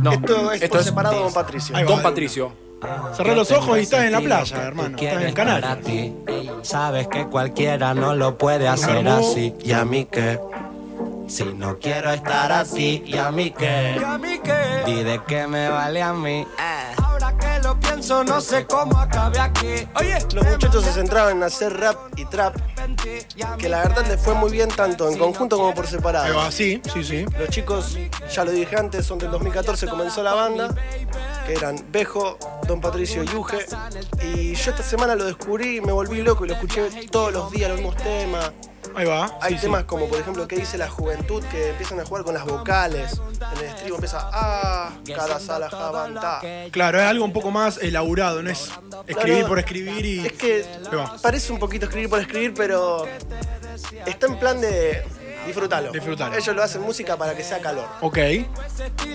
No,
Esto es por
es-
separado Don Patricio.
Don Patricio.
Ah,
Cerrá los ojos y estás en la playa, hermano. Estás en el canal.
Sabes que cualquiera no lo puede hacer
Cargó.
así. ¿Y a mí qué? Si no quiero estar así, ¿y a mí qué?
¿Y a mí qué?
Di de qué me vale a mí.
Ah.
Ahora que lo pienso, no sé cómo acabé aquí. Oye,
Los muchachos se centraban en hacer rap y trap, que la verdad les fue muy bien tanto en conjunto como por separado.
Ahí va, sí, sí, sí.
Los chicos, ya lo dije antes, son del 2014 comenzó la banda, que eran Bejo, Don Patricio y Uge. Y yo esta semana lo descubrí, me volví loco y lo escuché todos los días, los mismos temas.
Ahí va.
Hay
sí,
temas
sí.
como, por ejemplo, que dice la juventud, que empiezan a jugar con las vocales. En el estribo empieza, ah, cada sala javanta.
Claro, es algo un poco más elaborado, no es escribir
Claro.
por escribir y.
Es que
Ahí va.
parece un poquito escribir por escribir, pero está en plan de disfrutarlo.
Disfrutalo.
Ellos lo hacen música para que sea calor.
Ok.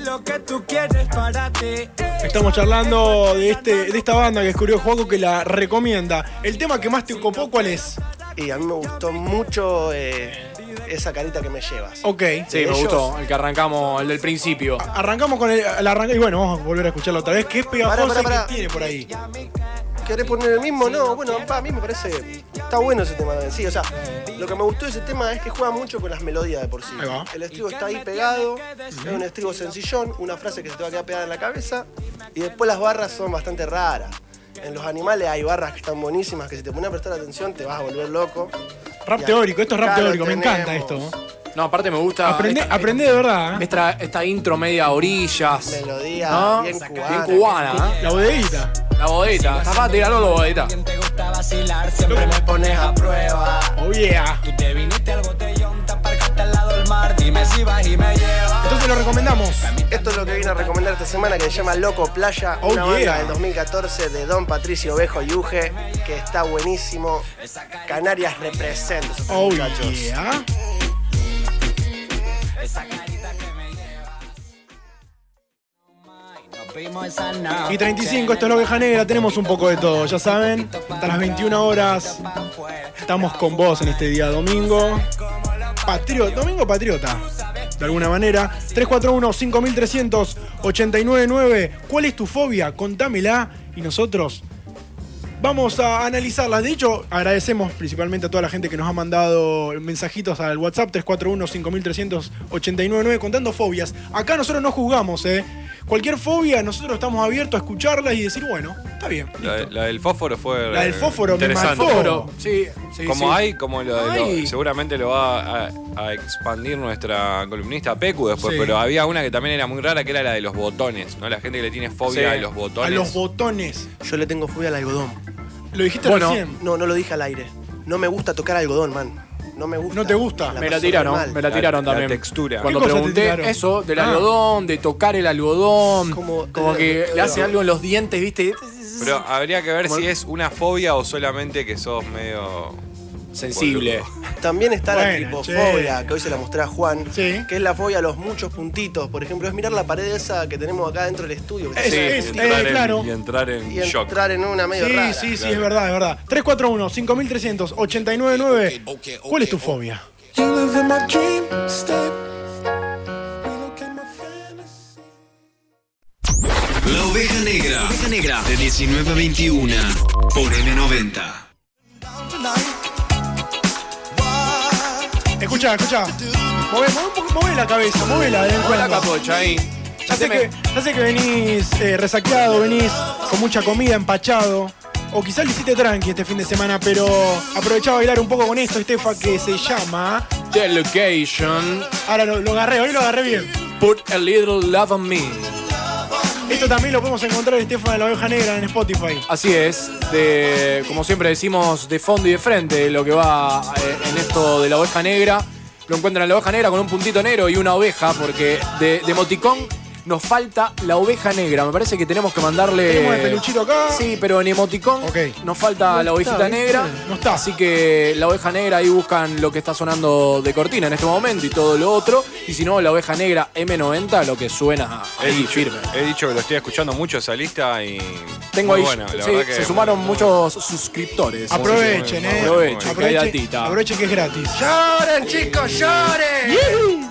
lo que tú quieres para ti.
Estamos charlando de, este, de esta banda que descubrió Juaco que la recomienda. ¿El tema que más te copó cuál es?
Y a mí me gustó mucho eh, esa carita que me llevas.
Ok.
Sí, me
Ellos-
gustó. El que arrancamos, el del principio.
Arrancamos con el, el arranque y bueno, vamos a volver a escucharlo otra vez. ¿Qué es pegajosa
Pará, pará,
y qué
pará.
tiene por ahí?
¿Querés poner el mismo? No, bueno, pa, a mí me parece. Está bueno ese tema también. Sí, o sea, lo que me gustó de ese tema es que juega mucho con las melodías de por sí.
Ahí va.
El estribo está ahí pegado, es un estribo sencillón, una frase que se te va a quedar pegada en la cabeza, y después las barras son bastante raras. En los animales hay barras que están buenísimas, que si te pones a prestar atención te vas a volver loco.
Rap
Y
teórico, esto es rap
acá lo
teórico, me encanta
tenemos.
esto.
No, aparte me gusta.
Aprende,
esta,
aprende de verdad. ¿eh?
esta, esta intro media a orillas.
Melodía
¿no?
bien
Bien
cubana.
cubana. ¿eh?
La bodeguita.
La bodita. Zafá, tiralo la bodita.
vacilar, siempre me pones a prueba.
Oh yeah.
Tú te viniste al botellón, te aparcaste al lado del mar. Dime si vas y me llevas.
Entonces lo recomendamos.
Esto es lo que vine a recomendar esta semana que se llama Loco Playa,
Oh,
una banda
yeah.
del 2014 de Don Patricio Ovejo y Uge, que está buenísimo. Canarias representa, esos
Oh
muchachos.
yeah. Y 35, esto es la oveja negra, tenemos un poco de todo, ya saben. Hasta las 21 horas estamos con vos en este día domingo. Patriota, domingo patriota, de alguna manera. 341-5300-899. ¿Cuál es tu fobia? Contámela y nosotros Vamos a analizarlas. De hecho, agradecemos principalmente a toda la gente que nos ha mandado mensajitos al WhatsApp 341-5389 contando fobias. Acá nosotros no juzgamos, ¿eh? Cualquier fobia, nosotros estamos abiertos a escucharlas y decir, bueno, está bien.
La, de- la del fósforo fue.
La del
eh,
fósforo, me
interesante.
mató. Fósforo,
sí, sí,
Como
sí.
hay, como lo, de lo-
Ay.
seguramente lo va a, a expandir nuestra columnista Pecu después,
Sí.
pero había una que también era muy rara, que era la de los botones, ¿no? La gente que le tiene fobia a
Sí.
los
A
botones.
los botones.
Yo le tengo fobia al algodón.
Lo dijiste recién.
no, no lo dije al aire. No me gusta tocar algodón, man. No me gusta.
No te gusta.
Me la tiraron, me la tiraron también.
textura.
Cuando
¿Qué cosa te tiraron?
pregunté eso del
Ah.
algodón, de tocar el algodón, como, que le hace
claro.
algo en los dientes, ¿viste?
Pero habría que ver
Como-
si es una fobia o solamente que sos medio
sensible.
También está la
Bueno,
tripofobia,
che.
que hoy se la mostré a Juan, que es la fobia a los muchos puntitos. Por ejemplo, es mirar la pared esa que tenemos acá dentro del estudio. que
Es-
tiene
es-
puntitos.
eh, claro.
Y entrar en
Y
shock.
entrar en una medio
sí,
rara.
sí, sí, es verdad, es verdad. 341 5300 899. ¿Cuál es tu fobia?
You live in my dream state.
La oveja negra. La oveja negra. De 19 a 21. Por M90.
Escucha, escucha. Move, move un poco- move la cabeza, move la de vez en
Move la
cuando.
capocha ahí.
Ya sé, que, ya sé que venís eh, resaqueado, venís con mucha comida, empachado. O quizás lo hiciste tranqui este fin de semana, pero aprovechá a bailar un poco con esto, Estefa, que se llama.
Delegation.
Ahora lo, lo agarré, hoy lo agarré bien.
Put a little love on me.
Esto también lo podemos encontrar, Estefa, en la oveja negra en Spotify.
Así es, de, como siempre decimos, de fondo y de frente, lo que va eh, en esto de la oveja negra. Lo encuentran en la oveja negra con un puntito negro y una oveja, porque de, de emoticón nos falta la oveja negra. Me parece que tenemos que mandarle.
Tenemos el peluchito acá.
Eh, Sí, pero en emoticón nos falta
No
la
está,
ovejita
¿viste?
negra.
No está.
Así que la oveja negra ahí buscan lo que está sonando de cortina en este momento y todo lo otro. Y si no, la oveja negra M90, lo que suena
He
ahí
dicho,
firme.
he dicho que lo estoy escuchando mucho esa lista y.
Tengo
muy
ahí.
buena, la
sí,
verdad que
se sumaron muchos suscriptores.
Aprovechen, eh.
Aprovechen, que hay
Aprovechen,
datita.
aprovechen que es gratis.
¡Lloren, chicos, lloren!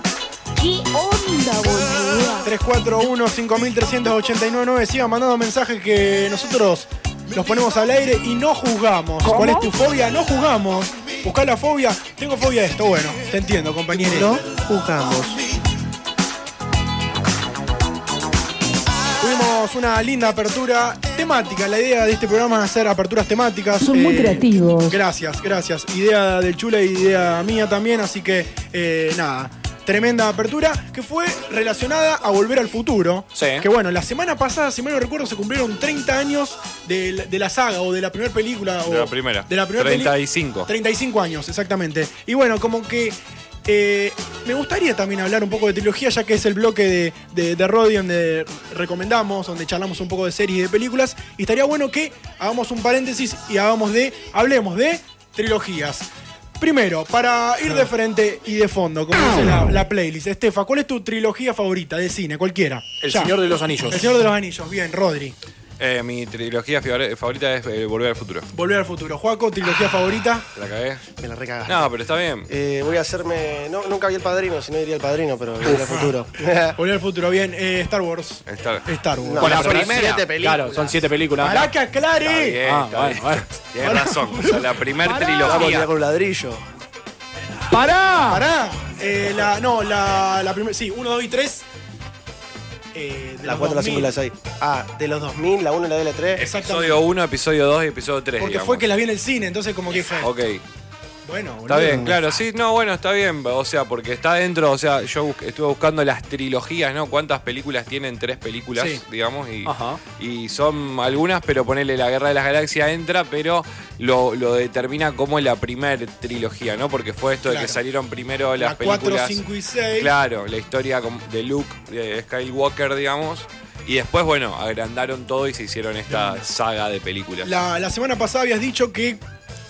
¿Qué onda, boludo?
341-5389. Sigan mandando mensajes que nosotros los ponemos al aire y no juzgamos. ¿Cuál es tu fobia? No juzgamos. Buscá la fobia. Tengo fobia a esto. Bueno, te entiendo, compañero. No juzgamos. Tuvimos una linda apertura temática. La idea de este programa es hacer aperturas temáticas. eh,
Son muy creativos.
Gracias, gracias. Idea del Chula y idea mía también, así que eh, nada. Tremenda apertura que fue relacionada a Volver al Futuro.
Sí.
Que bueno, la semana pasada, si mal no recuerdo, se cumplieron 30 años de, la- de la saga o de la primera película. o
De la primera.
De la primera peli-
35.
35 años, exactamente. Y bueno, como que eh, me gustaría también hablar un poco de trilogía, ya que es el bloque de, de, de Rodion donde recomendamos, donde charlamos un poco de series y de películas. Y estaría bueno que hagamos un paréntesis y hagamos de, hablemos de trilogías. Primero, para ir de frente y de fondo, como dice la, la playlist, Estefa, ¿cuál es tu trilogía favorita de cine? Cualquiera.
El
Ya.
Señor de los Anillos.
El Señor de los Anillos, bien, Rodri.
Eh, mi trilogía favor- favorita es eh, Volver al Futuro.
Volver al futuro. Juaco, trilogía favorita.
¿Te la cagué?
Me la recagaste.
No, pero está bien.
Eh, voy a hacerme. No, nunca vi el padrino, si no diría el padrino, pero voy al futuro.
Ah. Volver al futuro, bien. Eh, Star Wars.
Está-
Star Wars.
No,
Bueno,
la
pero
primera.
siete
películas.
Claro, son siete películas.
Pará que aclare.
Está bien,
Ah,
está
bueno,
bien.
bueno.
Tienes razón. O sea, la primer
Vamos a
trilogía.
con un ladrillo.
¡Pará!
Pará. Eh, la, no, la, la primera. Sí, 1, 2 y 3. Eh, de
La
los
4, la 5 y la
2000,
6. Ah, de los 2000, la 1 y la 2 la 3.
Episodio 1, episodio 2 y episodio 3.
Porque fue que las vi en el cine, entonces como que fue.
Ok.
Bueno, boludo.
Está bien, claro, sí, no, bueno, está bien, o sea, porque está dentro, o sea, yo bus- estuve buscando las trilogías, ¿no? ¿Cuántas películas tienen? Tres películas,
Sí.
digamos, y,
Ajá.
y son algunas, pero ponele La Guerra de las Galaxias entra, pero lo, lo determina como la primer trilogía, ¿no? Porque fue esto de
Claro.
que salieron primero las
La 4,
películas.
5 y 6.
Claro, la historia com- de Luke, de Skywalker, digamos. Y después, bueno, agrandaron todo y se hicieron esta saga de películas.
La, la semana pasada habías dicho que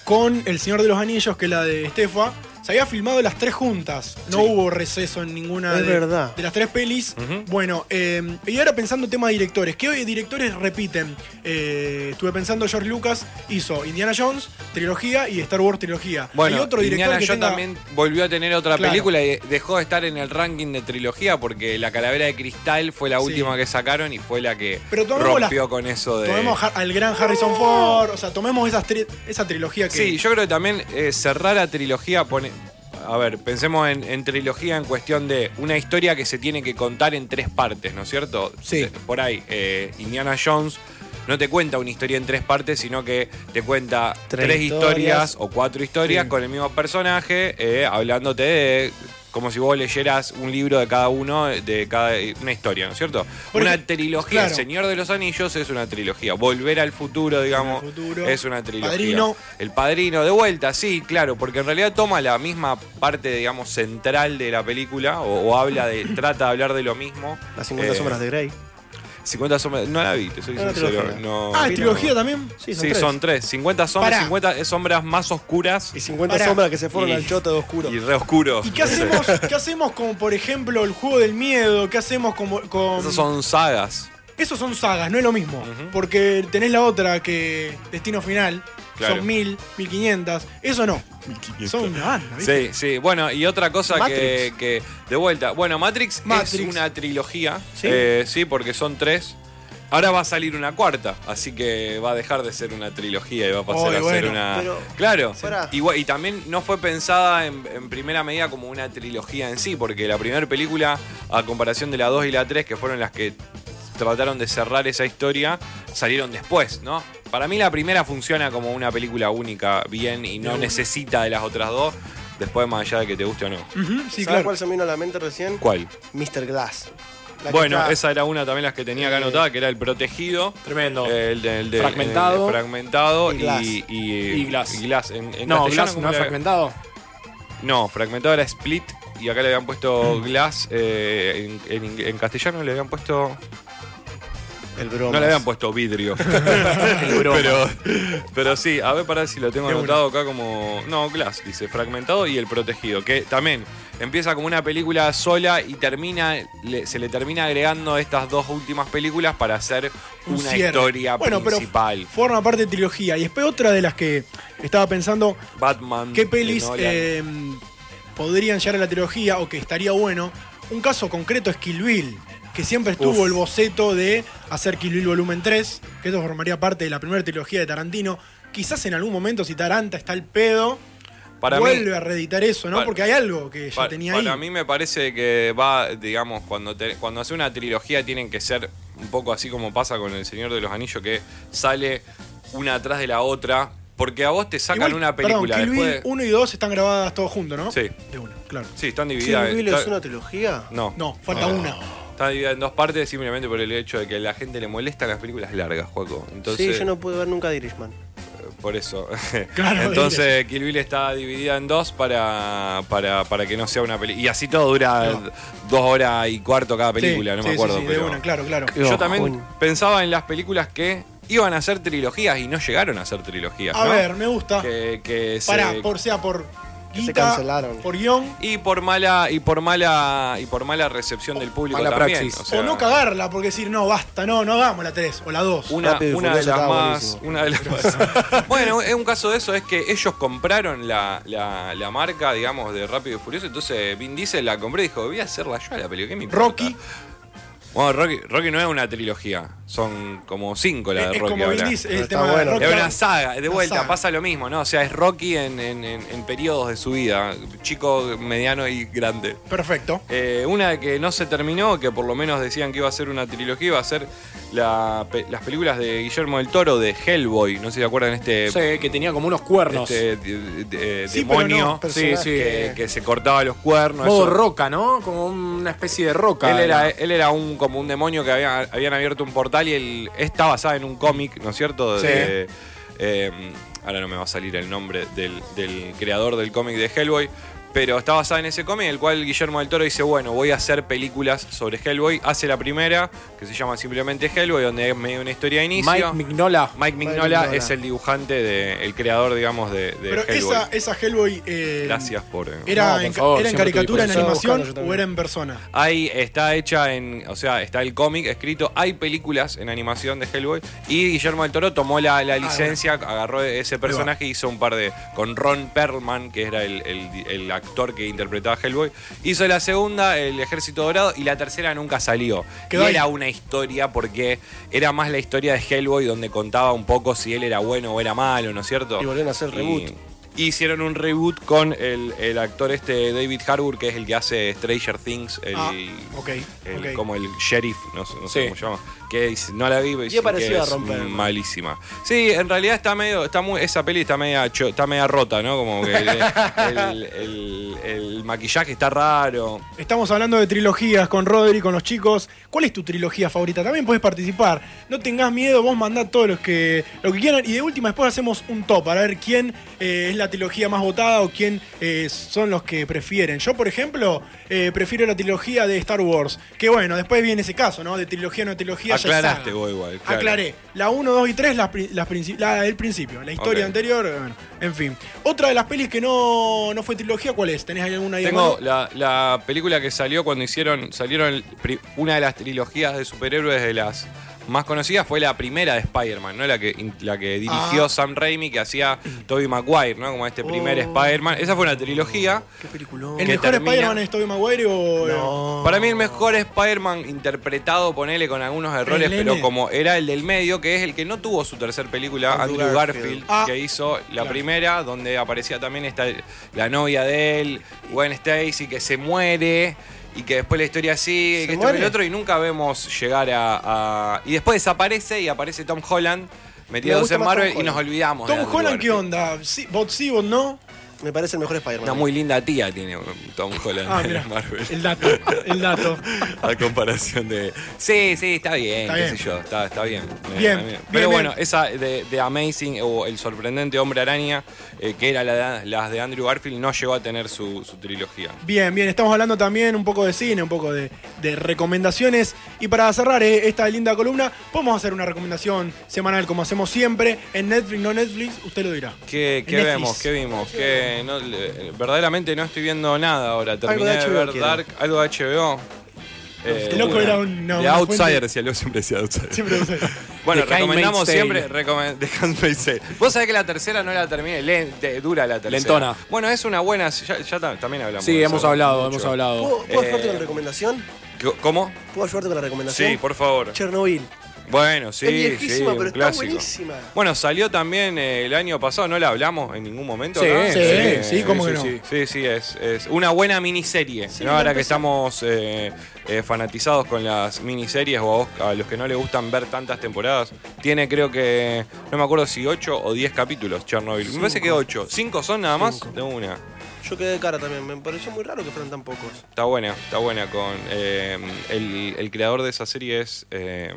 con El Señor de los Anillos, que es la de Estefa, se había filmado las tres juntas. No hubo receso en ninguna
Es
de,
verdad.
de las tres pelis. Bueno, eh, y ahora pensando en tema de directores. ¿Qué directores repiten? Eh, estuve pensando, George Lucas hizo Indiana Jones, trilogía, y Star Wars, trilogía.
Bueno,
Hay otro director
Indiana
que
Jones
tenga-
también volvió a tener otra
Claro.
película y dejó de estar en el ranking de trilogía porque La Calavera de Cristal fue la
Sí.
última que sacaron y fue la que
Pero tomemos la-
rompió con eso de...
Tomemos ha- al gran Harrison Ford, o sea, tomemos esas tri- esa trilogía que...
Sí, yo creo que también eh, cerrar a trilogía pone... A ver, pensemos en, en trilogía en cuestión de una historia que se tiene que contar en tres partes, ¿no es cierto? Sí. Por ahí, eh, Indiana Jones no te cuenta una historia en tres partes, sino que te cuenta
Tres
tres,
historias.
historias o cuatro historias con el mismo personaje, eh, hablándote de... Como si vos leyeras un libro de cada uno, de cada una historia, ¿no es cierto?
Por
una
ej-
trilogía.
claro.
El Señor de los Anillos es una trilogía. Volver al futuro, digamos,
futuro.
es una trilogía.
Padrino.
El padrino, de vuelta, sí, claro, porque en realidad toma la misma parte, digamos, central de la película, o, o habla de, trata de hablar de lo mismo.
Las 50
Eh,
sombras de Grey.
50 sombras. No la vi, te soy
Es una
sincero.
trilogía.
No,
Ah, ¿es
no.
trilogía también?
Sí, son, tres. 50 sombras,
Pará.
50 sombras más oscuras. Y
50 sombras que se fueron al
choto de oscuro. Y re oscuro.
¿Y qué hacemos, qué hacemos con, por ejemplo, el juego del miedo? ¿Qué hacemos con. con-
Esas son sagas.
Esos son sagas, no es lo mismo. Porque tenés la otra que. Destino final.
Claro.
Son mil, mil quinientas. Eso no. Son una banda,
Sí,
¿viste?
sí. Bueno, y otra cosa que,
Matrix.
que- De vuelta. Bueno, Matrix, es
Matrix.
una trilogía.
Sí.
Eh, sí, porque son tres. Ahora va a salir una cuarta, así que va a dejar de ser una trilogía y va a pasar
Oy,
a ser
bueno,
una.
pero-
claro.
Pará.
Igual- Y, también no fue pensada en, en primera medida como una trilogía en sí, porque la primera película, a comparación de la 2 y la 3, que fueron las que trataron de cerrar esa historia, salieron después, ¿no? Para mí la primera funciona como una película única, bien, y no
De una.
necesita de las otras dos, después más allá de que te guste o no.
¿Sabes
claro.
cuál se me vino a la mente recién?
¿Cuál?
Mr. Glass. La que
Bueno,
está-
esa era una también las que tenía acá
Eh,
anotada, que era el protegido. Tremendo. El, de- el de- el
Fragmentado.
de fragmentado
Y
y,
Glass.
y,
Y Glass.
En, en castellano,
No, Glass
¿cómo
no es
le-
fragmentado.
No, fragmentado era split y acá le habían puesto Glass. eh, en, en- en castellano le habían puesto.
El
No le habían puesto vidrio. pero, pero sí, a ver, para si lo tengo
De una.
anotado acá como. No, Glass, dice fragmentado y el protegido, que también empieza como una película sola y termina le- se le termina agregando estas dos últimas películas para hacer
Un
una
cierre.
historia
Bueno, pero
principal.
Forma parte de trilogía. Y después otra de las que estaba pensando.
Batman.
¿Qué
Mm, de
pelis
Nolan.
eh, podrían llegar a la trilogía o que estaría bueno? Un caso concreto es Kill Bill, que siempre estuvo
Uf.
el boceto de hacer Kill Bill volumen 3, que eso formaría parte de la primera trilogía de Tarantino. Quizás en algún momento, si Taranta está al pedo,
Para mí-
vuelve a reeditar eso, ¿no?
Para-
Porque hay algo que ya
Pa-
tenía
para
ahí.
mí me parece que va, digamos, cuando, te- cuando hace una trilogía tienen que ser un poco así como pasa con El Señor de los Anillos, que sale una atrás de la otra, porque a vos te sacan
Igual,
una
perdón,
película
Kill Bill
después.
1 y 2 están grabadas todos juntos, ¿no?
Sí.
claro.
Sí, están divididas.
¿Kill Bill
está-
es una trilogía?
No.
No, falta una.
Está dividida en dos partes simplemente por el hecho de que a la gente le molestan las películas largas, Juaco. Entonces,
sí, yo no pude ver nunca Dirishman.
por eso. Entonces, Kill Bill está dividida en dos para, para, para que no sea una película. Y así todo dura dos horas y cuarto cada película,
Sí,
no
sí,
me
sí,
acuerdo.
sí,
pero-
de una, claro, claro.
Yo también pensaba en las películas que iban a ser trilogías y no llegaron a ser trilogías.
A
¿no?
ver, me gusta.
Que, que se-
Pará, por sea por
se
guita,
cancelaron.
por guión,
y por mala y por mala y por mala recepción del público
mala
también.
praxis.
O, sea,
o no cagarla, porque decir, no, basta, no, no hagamos la 3 o la 2.
una, una de las más, una de las más- Bueno, es un caso de eso es que ellos compraron la, la- la marca, digamos, de Rápido y Furioso. Entonces Vin Diesel la compró y dijo, voy a hacerla yo a la película. ¿Qué me importa?".
Rocky,
Bueno, Rocky, Rocky no es una trilogía, son como cinco las de
Es- es
Rocky.
como
ahora.
Vin Diesel, el
Pero está
tema de
bueno.
Rocky
Es
ahora.
una saga, de
Una
vuelta,
saga.
pasa lo mismo, ¿no? O sea, es Rocky en, en- en- en periodos de su vida, chico, mediano y grande.
perfecto.
Eh, una que no se terminó, que por lo menos decían que iba a ser una trilogía, iba a ser la pe- las películas de Guillermo del Toro de Hellboy, no sé si se acuerdan este...
Sí, que tenía como unos cuernos.
este, de- de-
Sí, pero
demonio
no,
sí, sí,
personaje.
que, que se cortaba los cuernos.
Modo
eso.
roca, ¿no? Como una especie de roca.
Él era, e, él era un, como un demonio que había- habían abierto un portal y él está basada en un cómic, ¿no es cierto? De- eh, ahora no me va a salir el nombre del, del creador del cómic de Hellboy. Pero está basada en ese cómic, en el cual Guillermo del Toro dice, bueno, voy a hacer películas sobre Hellboy. Hace la primera, que se llama simplemente Hellboy, donde es medio una historia de inicio.
Mike Mignola.
Mike Mignola es el dibujante, de, el creador, digamos, de, de
Pero
Hellboy.
esa, esa Hellboy eh,
Gracias por...
era,
No,
en,
por favor,
era en
siempre estoy
caricatura, en
dispuesto.
animación o era en persona.
Ahí está hecha en. O sea, está el cómic escrito. Hay películas en animación de Hellboy. Y Guillermo del Toro tomó la, la licencia, agarró ese personaje y hizo un par de. Con Ron Perlman, que era el, el- el actor que interpretaba a Hellboy. Hizo la segunda, El Ejército Dorado. Y la tercera nunca salió.
Quedó
y era
ahí.
una historia porque era más la historia de Hellboy, donde contaba un poco si él era bueno o era malo, ¿no es cierto?
Y volvieron a hacer
Y-
reboot.
Hicieron un reboot con el, el actor este David Harbour, que es el que hace Stranger Things, el,
Ah, ok,
el-
ok.
como el sheriff, no, sé- no sé cómo se llama, que dice- no la vi, pero dicen
parecido
que
a
es
Romperman.
malísima. Sí, en realidad está medio, está muy, esa peli está media, cho- está media rota, ¿no? Como que el, el- el- el maquillaje está raro.
Estamos hablando de trilogías con Rodri, con los chicos. ¿Cuál es tu trilogía favorita? También podés participar. No tengas miedo, vos mandá todos los que, lo que quieran. Y de última, después hacemos un top para ver quién eh, es la la trilogía más votada o quién eh, son los que prefieren. Yo, por ejemplo, eh, prefiero la trilogía de Star Wars. Que bueno, después viene ese caso, ¿no? De trilogía no trilogía. ya es
Aclaraste
saga.
vos igual. claro.
Aclaré. La 1, 2 y 3, las, pri- las princi- la del principio. La historia
Ok.
anterior, eh, bueno, en fin. Otra de las pelis que no, no fue trilogía, ¿cuál es? ¿Tenés ahí alguna idea?
Tengo
Manu?
la, la película que salió cuando hicieron salieron el pri- una de las trilogías de superhéroes de las más conocidas fue la primera de Spider-Man, ¿no? La que, in- la que dirigió
Ah.
Sam Raimi, que hacía Tobey Maguire, ¿no? Como este primer
Oh.
Spider-Man. Esa fue una trilogía.
¿El
que
mejor
termina-
Spider-Man es Tobey Maguire o.? eh?
Para mí el mejor Spider-Man interpretado, ponele con algunos errores,
El
pero
nene.
como era el del medio, que es el que no tuvo su tercer película,
Andrew
Andrew,
Garfield.
Garfield,
Ah,
que hizo la
claro.
primera, donde aparecía también esta, la novia de él, Gwen Stacy, que se muere. Y que después la historia sigue, y que esto y
muere?
el otro, y nunca vemos llegar a, a- Y después desaparece y aparece Tom Holland metiéndose
gusta
en
más Tom
Marvel y
Holland.
nos olvidamos. de
Tom
Andrew
Holland, ¿qué
Garfield.
onda? Sí, ¿Bot sí, bot no?
Me parece el mejor Spider-Man.
Una muy linda tía tiene Tom Holland
Ah, mirá,
en Marvel.
el dato, el dato.
A comparación de. Sí, sí, está bien,
Está
qué
bien.
sé yo, está, está bien.
Bien,
Eh,
bien,
Pero
bien.
bueno, esa de, de Amazing o El sorprendente hombre araña, eh, que era la, las de Andrew Garfield, no llegó a tener su, su trilogía.
Bien, bien, estamos hablando también un poco de cine, un poco de, de recomendaciones. Y para cerrar eh, esta linda columna, podemos hacer una recomendación semanal como hacemos siempre. En Netflix, no Netflix, usted lo dirá.
¿Qué, qué
En Netflix.
vemos? ¿Qué vimos? ¿Qué- no- le- verdaderamente no estoy viendo nada ahora. Terminé
Algo de
de,
HBO
ver
quiero.
Dark, algo de HBO. Eh,
loco
una-
era un- no,
de
una fuente-
Outsider, decía yo siempre decía Outsider.
Siempre lo sé.
Bueno,
The Handmaid's
recomendamos
Tale.
siempre recome- The Handmaid's Tale. Vos sabés que la tercera no la terminé, len- de- dura la tercera.
Lentona.
Bueno, es una buena, ya, ya ta- también hablamos.
Sí,
de
hemos
eso
hablado,
mucho.
hemos hablado.
¿Puedo, puedo ayudarte con
Eh,
la recomendación?
¿co- ¿Cómo?
¿Puedo ayudarte con la recomendación?
Sí, por favor.
Chernobyl.
Bueno, sí,
es viejísima,
sí,
pero
un
está
clásico.
buenísima.
Bueno, salió también eh, el año pasado, no la hablamos en ningún momento.
Sí,
¿no? Eh,
sí, sí, ¿cómo que no?
Sí, sí, sí, es, es una buena miniserie. ¿no?
la
Ahora que
empecé.
estamos eh, eh, fanatizados con las miniseries o a, vos- a los que no les gustan ver tantas temporadas, tiene creo que, no me acuerdo si 8 o 10 capítulos Chernobyl. Me parece que
Cinco.
8. 5 son nada más de una.
Yo quedé de cara también. Me pareció muy raro que fueran tan pocos.
Está buena, está buena con... eh, el, el creador de esa serie es... eh,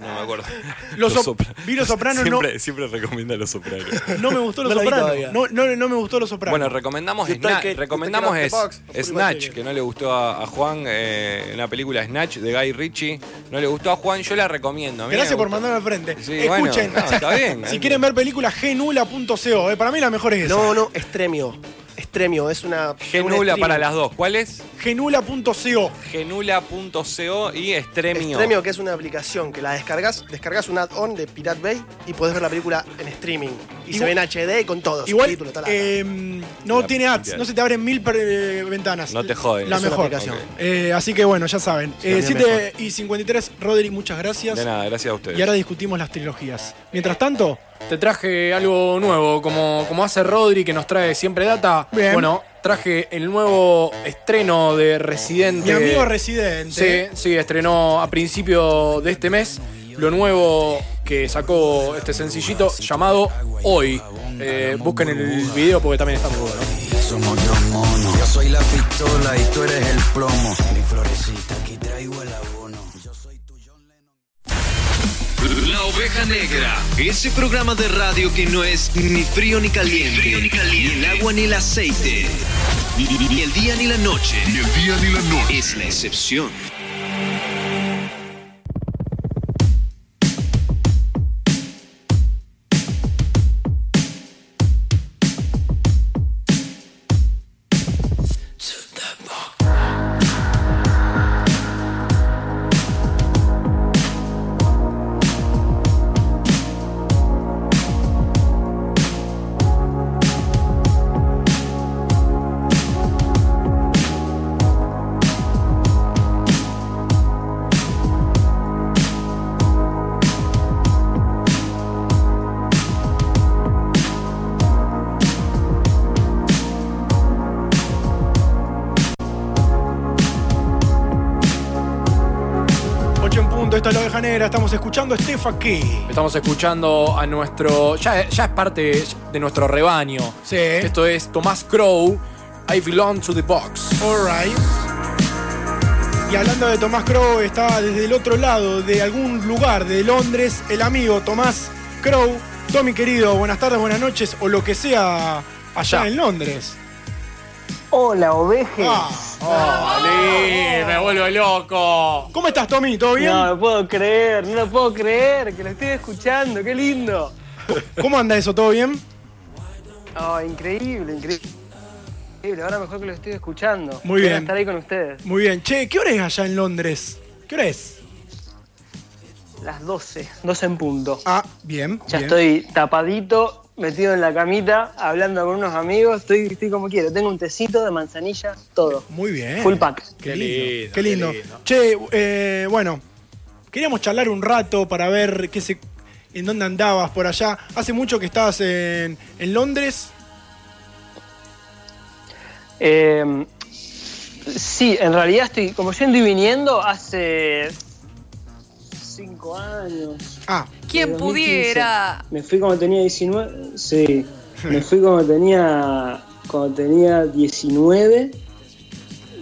no me acuerdo.
Los Sop- vi Los Sopranos, no-
siempre, Siempre recomienda Los Sopranos.
No me gustó Los
No la vi
Sopranos.
todavía.
No, no, no me gustó Los Sopranos.
Bueno, recomendamos,
You
Sna-
take it, you
recomendamos
take it off the
es-
box, of
Snatch,
Private.
que no le gustó a, a Juan, eh, una película Snatch de Guy Ritchie. No le gustó a Juan, yo la recomiendo. a mí
Gracias
me
por
gustó.
mandarme al frente.
Sí,
Escuchen,
bueno, no, está bien.
si quieren ver películas, genula.co. eh, para mí la mejor es esa.
No, no, Estremio. Estremio, es una. un
Genula
streaming.
para las dos. ¿Cuál es?
Genula.co.
Genula.co y Estremio.
Estremio, que es una aplicación que la descargas, descargas un add-on de Pirate Bay y podés ver la película en streaming. Y se
Igual-
ve en HD y con todos.
Igual
subtítulos, tal, tal.
eh, no
La
tiene ads,
mundial.
no se te abren mil per- eh, ventanas.
No te joden.
La
Es una
mejor.
aplicación. Ok.
Eh, así que bueno, ya saben.
Sí, la mía
7 y 53, Rodri, muchas gracias.
De nada, gracias a ustedes.
Y ahora discutimos las trilogías. Mientras tanto,
Te traje algo nuevo, como, como hace Rodri, que nos trae siempre data.
Bien.
Bueno, traje el nuevo estreno de Residente.
mi amigo residente.
Sí, sí, estrenó a principio de este mes lo nuevo que sacó este sencillito llamado Hoy. Eh, busquen el video porque también está muy bueno.
Somos dos monos. Yo soy la pistola y tú eres el plomo. Mi florecita, aquí traigo el abono.
La Oveja Negra, ese programa de radio que no es ni frío ni caliente, ni el agua ni el aceite, ni, ni- ni el día ni la noche, ni el día ni la noche, es la excepción.
Ocho en punto, esta es la oveja negra. Estamos escuchando a Estefa K.
Estamos escuchando a nuestro. Ya, ya es parte de nuestro rebaño. Esto es Tomás Crow, I Belong to the Box.
Alright. Y hablando de Tomás Crow, está desde el otro lado de algún lugar de Londres el amigo Tomás Crow, Tommy querido, buenas tardes, buenas noches o lo que sea allá en Londres. Ah,
Hola, ovejes.
Oh, me vuelvo loco.
¿Cómo estás, Tommy? ¿Todo bien?
No lo puedo creer, no lo puedo creer, que lo estoy escuchando, qué lindo.
¿Cómo anda eso? ¿Todo bien?
Oh, increíble, increíble. Increíble, ahora mejor que lo estoy escuchando.
Muy
Quiero
bien.
estar ahí con ustedes.
Muy bien. Che, ¿qué hora es allá en Londres? ¿Qué hora es?
Las 12, 12 en punto.
Ah, bien.
Ya
bien.
estoy tapadito, metido en la camita, hablando con unos amigos, estoy, estoy como quiero. Tengo un tecito de manzanilla, todo.
Muy bien.
Eh, Full pack.
Qué lindo. Qué lindo. Che, eh, bueno, queríamos charlar un rato para ver qué se, en dónde andabas por allá. Hace mucho que estabas en, en Londres.
Eh, sí, en realidad estoy como yendo y viniendo hace cinco años.
Ah,
Quien pudiera.
Me fui cuando tenía 19. Sí, me fui cuando tenía, cuando tenía 19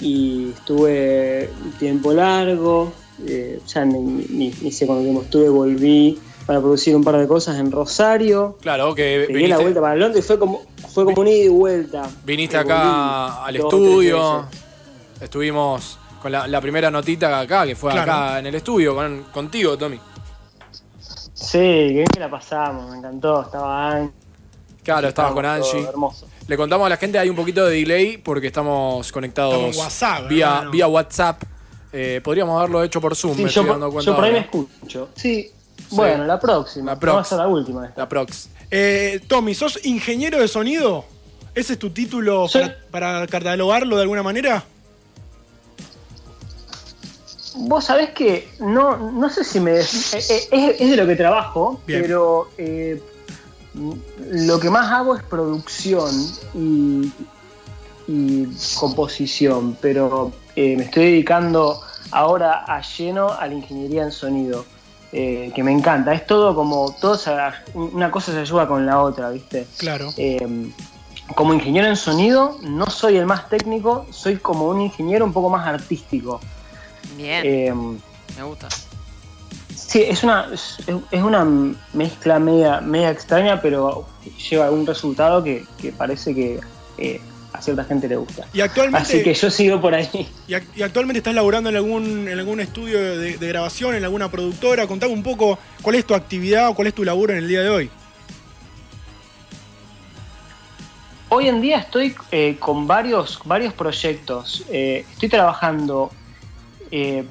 y estuve un tiempo largo. eh, ya ni, ni- ni sé cuándo tiempo estuve, volví para producir un par de cosas en Rosario.
Claro, que
Pegué la
viniste,
vuelta para Londres y fue como, fue como un ida y vuelta.
viniste
Me
acá
volví
al
dos o tres
estudio.
veces.
Estuvimos con la, la primera notita acá, que fue
Claro.
acá en el estudio, con- contigo, Tommy.
Sí, que bien que la pasamos, me encantó, estaba Angie.
Claro, estabas
Estábamos
con
todos
Angie.
hermosos.
Le contamos a la gente, hay un poquito de delay porque estamos conectados
Estamos en WhatsApp,
vía,
hermano.
vía WhatsApp. Eh, podríamos haberlo hecho por Zoom,
Sí,
me
yo,
estoy
por-
dando
yo
cuenta.
por ahí me
ahora.
escucho. Sí, bueno, la próxima.
La prox.
No va a ser la última. esta.
La prox.
Eh, Tommy, ¿sos ingeniero de sonido? ¿Ese es tu título para, para catalogarlo de alguna manera?
Vos sabés que no, no sé si me. Es, es- es de lo que trabajo,
Bien.
pero eh, lo que más hago es producción y, y composición, pero eh, me estoy dedicando ahora a lleno a la ingeniería en sonido, eh, que me encanta. Es todo como. Todo se- una cosa se ayuda con la otra, ¿viste?
Claro.
Eh, como ingeniero en sonido, no soy el más técnico, soy como un ingeniero un poco más artístico.
Bien.
Eh,
Me gusta.
Sí, es una, es, es una mezcla media, media extraña, pero lleva a un resultado que, que parece que eh, a cierta gente le gusta.
Y actualmente-
Así que yo sigo por ahí.
¿Y, ac- y actualmente estás laburando en algún, en algún estudio de, de grabación, en alguna productora? Contame un poco cuál es tu actividad o cuál es tu laburo en el día de hoy.
Hoy en día estoy eh, con varios, varios proyectos. Eh, estoy trabajando eh,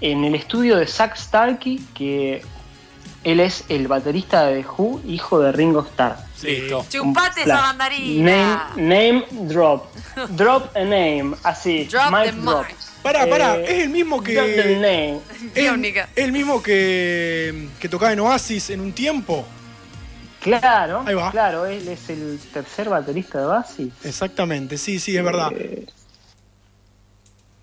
en el estudio de Zach Starkey, que él es el baterista de The Who, hijo de Ringo Starr.
Listo.
Chupate
Flash.
esa bandarina.
Name, name drop. Drop a name. Así.
Drop
mic
the
drop.
mic.
Pará, pará,
Eh,
es el mismo que.
drop the name.
Eh, Es el mismo que, que tocaba en Oasis en un tiempo.
Claro,
Ahí va.
claro, él es el tercer baterista de Oasis. Eh,
Exactamente, sí, sí, es verdad.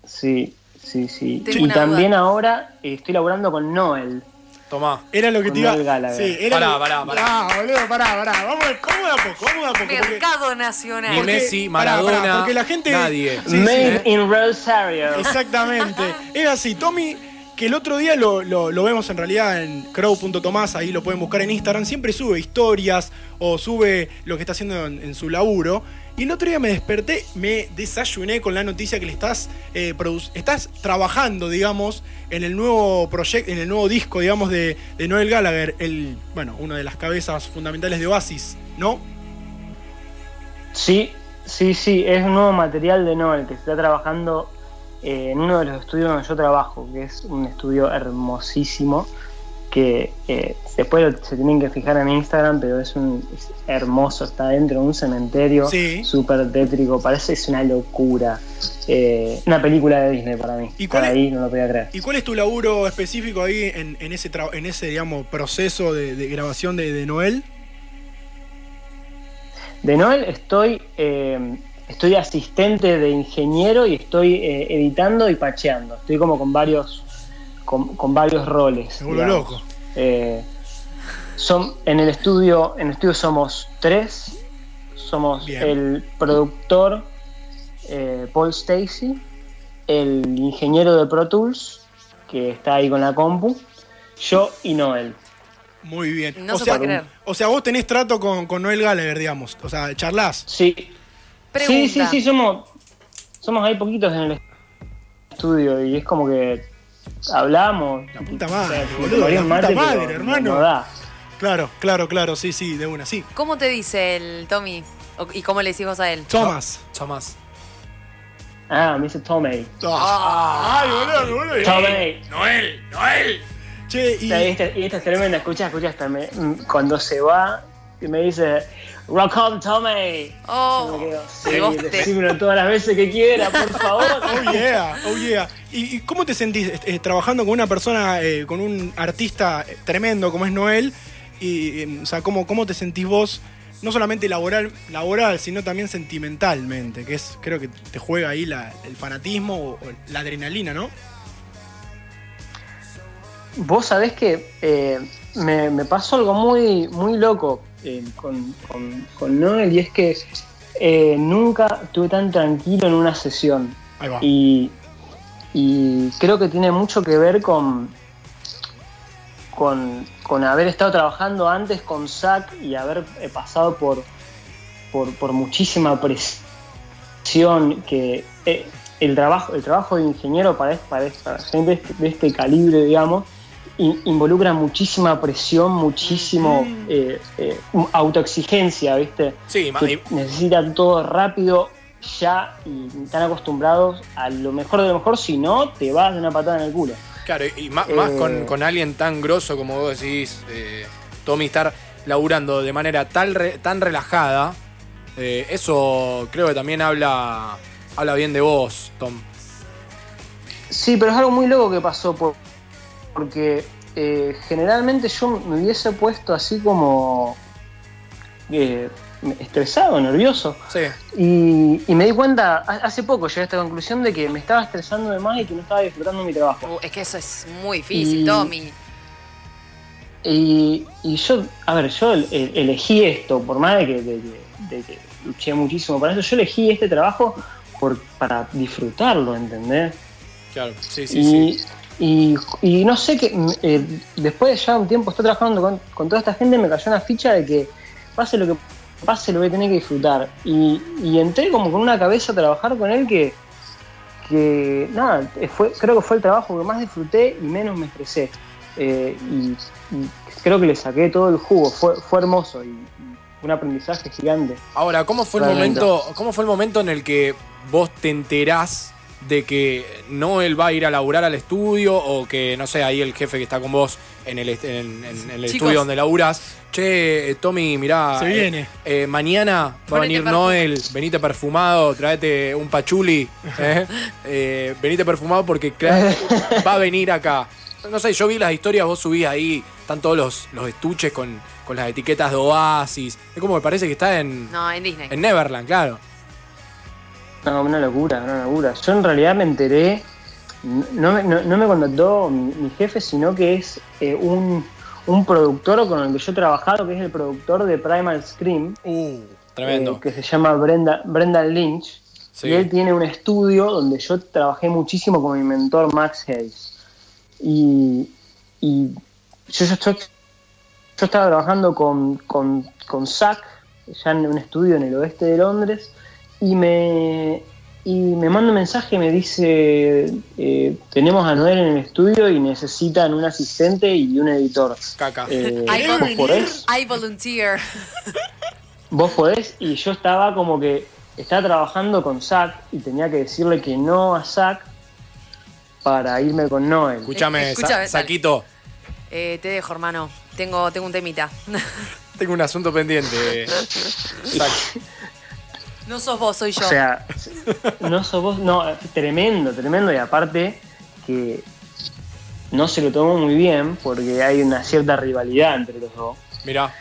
Sí, sí, sí.
Tengo
y
una
también
duda.
ahora eh, estoy laburando con Noel.
Tomá.
Era lo que
Con
te iba.
Noel Gallagher.
Sí, era
Pará,
lo-
pará, pará.
Ah, boludo, pará, pará. Vamos, vamos de a poco, vamos de a poco. porque-
Mercado Nacional.
Ni Messi,
pará,
Maradona,
pará, porque la gente-
nadie.
Sí, Made sí.
in Rosario.
Eh, Exactamente. Es así, Tommy, que el otro día lo, lo- lo vemos en realidad en crow.tomás, ahí lo pueden buscar en Instagram, siempre sube historias o sube lo que está haciendo en, en su laburo. Y el otro día me desperté, me desayuné con la noticia que le estás, eh, produ- estás trabajando, digamos, en el nuevo proyecto, en el nuevo disco, digamos, de, de Noel Gallagher, el, bueno, una de las cabezas fundamentales de Oasis, ¿no?
Sí, sí, sí, es un nuevo material de Noel que se está trabajando eh, en uno de los estudios donde yo trabajo, que es un estudio hermosísimo, que eh, después lo- se tienen que fijar en Instagram, pero es un es hermoso, está dentro de un cementerio
Sí.
súper tétrico, parece es una locura. Eh, una película de Disney para mí.
¿Y cuál
Por
es-
ahí no lo podía creer.
¿Y cuál es tu laburo específico ahí en, en ese, tra- en ese digamos, proceso de, de grabación de, de Noel?
De Noel estoy, eh, estoy asistente de ingeniero y estoy eh, editando y pacheando. Estoy como con varios, con, con varios roles.
Me vuelvo
digamos.
loco.
Eh, son, en el estudio, en el estudio somos tres. Somos
Bien.
el productor eh, Paul Stacy, el ingeniero de Pro Tools, que está ahí con la compu, yo y Noel.
Muy bien.
No
o,
se
sea,
puede creer.
o sea, vos tenés trato con, con Noel Gallagher, digamos. O sea, charlás.
Sí. Sí, sí,
Pregunta.
sí, somos, somos ahí poquitos en el estudio y es como que hablamos. La
puta madre, boludo, la puta madre, hermano.
No da.
Claro, claro, claro. Sí, sí, de una, sí.
¿Cómo te dice el Tommy? O- ¿Y cómo le decís vos a él?
Thomas.
Tomás.
Ah, me dice Tomei.
Ay, boludo, boludo.
Tomei.
Ah, Noel, Noel. Che, y.
Esta- Y esta, y esta es tremenda, escucha, escucha esta. me- mm, cuando se va y me dice, Rock on, Tommy.
Oh,
Sí, decímelo todas las veces que quiera, por favor.
Oh yeah, oh yeah. ¿Y, y cómo te sentís eh, trabajando con una persona, eh, con un artista eh, tremendo como es Noel? Y, eh, o sea, ¿cómo, ¿cómo te sentís vos, no solamente laboral, laboral, sino también sentimentalmente? Que es, creo que te juega ahí la- el fanatismo o, o la adrenalina, ¿no?
Vos sabés que eh, me, me pasó algo muy, muy loco eh, con, con- con Noel y es que eh, nunca estuve tan tranquilo en una sesión.
Ahí va.
Y, y creo que tiene mucho que ver con, con, con haber estado trabajando antes con Zack y haber eh, pasado por, por, por muchísima presión que eh, el trabajo el trabajo de ingeniero para, es- para esta gente de este, de este calibre digamos in- involucra muchísima presión muchísimo
Mm.
eh, eh, un- autoexigencia viste
Sí, ma-
Que
y-
necesitan todo rápido ya y están acostumbrados a lo mejor de lo mejor si no te vas de una patada en el culo
Claro, y ma- más,
Eh.
con, con alguien tan grosso como vos decís, eh, Tommy, estar laburando de manera tal re- tan relajada, eh, eso creo que también habla, habla bien de vos, Tom.
Sí, pero es algo muy loco que pasó por- porque eh, generalmente yo me hubiese puesto así como eh, estresado, nervioso.
Sí.
Y, y me di cuenta, ha- hace poco llegué a esta conclusión de que me estaba estresando de más y que no estaba disfrutando mi trabajo.
Uh, es que eso es muy difícil,
Y-
Tommy.
Y, y yo, a ver, yo el- el- elegí esto, por más de que, de que- de que luché muchísimo para eso, yo elegí este trabajo por- para disfrutarlo, ¿entendés?
Claro, sí,
y, y- y no sé que eh, después de ya un tiempo estar trabajando con, con toda esta gente, me cayó una ficha de que pase lo que pase, lo voy a tener que disfrutar. Y, y entré como con una cabeza a trabajar con él que, que nada, eh, fue, creo que fue el trabajo que más disfruté y menos me estresé. Eh, y, y creo que le saqué todo el jugo, fue, fue hermoso y, y un aprendizaje gigante.
Ahora, ¿cómo fue, el
Realmente.
momento, ¿cómo fue el momento en el que vos te enterás de que Noel va a ir a laburar al estudio o que, no sé, ahí el jefe que está con vos en el, est- en- en- en el
Chicos.
estudio donde laburás, che, eh, Tommy, mirá,
Se
eh,
viene.
eh, mañana va a
Ponete
venir
perfume.
Noel, venite perfumado, tráete un pachuli, eh, eh, venite perfumado porque cla- va a venir acá. No sé, yo vi las historias, vos subís ahí, están todos los, los estuches con, con las etiquetas de Oasis. Es como me parece que está en,
No, en Disney.
en Neverland, claro.
No, una locura, una locura. Yo en realidad me enteré, no- no, me- no, no me contactó mi, mi jefe, sino que es eh, un, un productor con el que yo he trabajado, que es el productor de Primal Scream,
Tremendo.
eh, que se llama Brenda, Brendan Lynch.
Sí.
Y él tiene un estudio donde yo trabajé muchísimo con mi mentor Max Hayes. Y, y yo, yo, yo- yo estaba trabajando con, con, con Zach, ya en un estudio en el oeste de Londres, y me, y me manda un mensaje y me dice, eh, tenemos a Noel en el estudio y necesitan un asistente y un editor.
Caca.
Eh,
I, vol-
¿Vos podés?
I volunteer.
¿Vos podés? Y yo estaba como que, estaba trabajando con Zach y tenía que decirle que no a Zach para irme con Noel.
Escúchame,
Escúchame, dale.
Saquito.
Eh, te dejo, hermano. Tengo, tengo un temita.
Tengo un asunto pendiente. Sac.
No sos vos, soy yo.
O sea, no sos vos, no, tremendo, tremendo. Y aparte que no se lo tomó muy bien porque hay una cierta rivalidad entre los dos.
Mirá.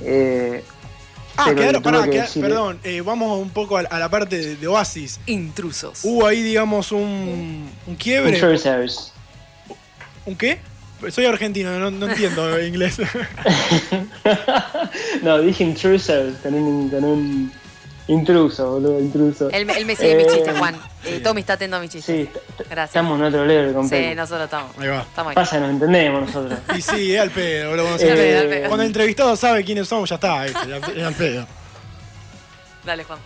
Eh,
Ah,
pero le
quedaron,
tuve
pará,
que
queda-
decir-
perdón, eh, vamos un poco a, a la parte de, de Oasis.
Intrusos.
Hubo ahí, digamos, un, un quiebre.
Intrusers.
¿Un qué? Soy argentino, no, no entiendo inglés.
No, dije intrusers con un, con un Intruso, boludo, intruso.
Él, él me sigue
Eh,
mis chistes, Juan. Eh, Tommy está atento a mis chistes. Gracias.
Estamos en otro level, compañero.
Sí, nosotros estamos.
Ahí va.
Estamos ahí.
Pasa, nos entendemos nosotros.
Y sí, es al pedo, boludo. Cuando,
Eh,
se-
al pedo, al pedo.
cuando el entrevistado sabe quiénes somos, ya está, ¿viste? Es al- es al pedo.
Dale, Juan.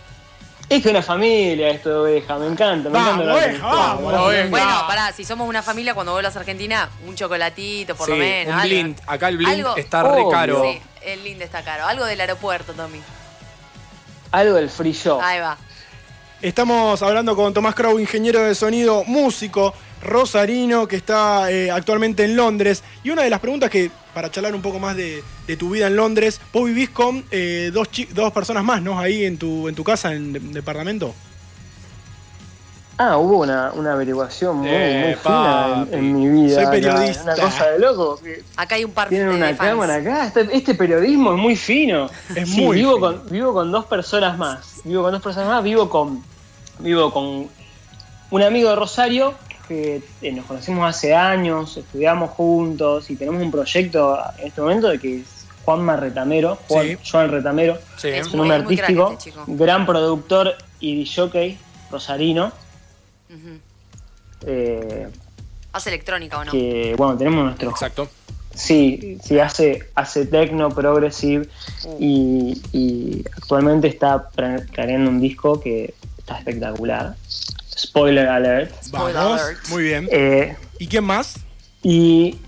Es que una familia esto de oveja, me encanta, me
Vamos,
encanta. la
oveja,
película,
vamos,
boludo.
Bueno, pará, si somos una familia, cuando vuelvas a Argentina, un chocolatito, por lo
Sí,
menos.
un
algo.
blind. Acá el blind
Algo-
está re
Oh,
Obvio.
caro.
Sí, el blind está caro. Algo del aeropuerto, Tommy.
Algo del free shop.
Ahí va.
Estamos hablando con Tomás Crow, ingeniero de sonido, músico, rosarino, que está eh, actualmente en Londres. Y una de las preguntas que, para charlar un poco más de, de tu vida en Londres, vos vivís con eh, dos, chi- dos personas más, ¿no? Ahí en tu, en tu casa, en el departamento.
Ah, hubo una, una averiguación muy,
Eh,
muy fina en- en, mi vida.
Soy
Una-
periodista.
Una, cosa de loco. que
Acá hay un par
Tienen
de
una
de fans.
cámara acá. Este, este periodismo es muy fino.
Es
Sí,
muy
vivo
fino.
con Vivo con dos personas más. Vivo con dos personas más. Vivo con, vivo con un amigo de Rosario que eh, nos conocemos hace años, estudiamos juntos y tenemos un proyecto en este momento de que es Juanma Retamero, Juan, Joan Retamero,
Sí.
es
Es muy-
un nombre
es muy crack
artístico,
este chico.
gran productor y jockey rosarino. eh,
¿Hace electrónica o no?
que bueno, tenemos nuestro.
Exacto.
Sí, sí, hace, hace techno, progressive y, y actualmente está pre- planeando un disco que está espectacular. Spoiler alert.
Vamos. Muy bien.
Eh,
¿Y quién más?
Y,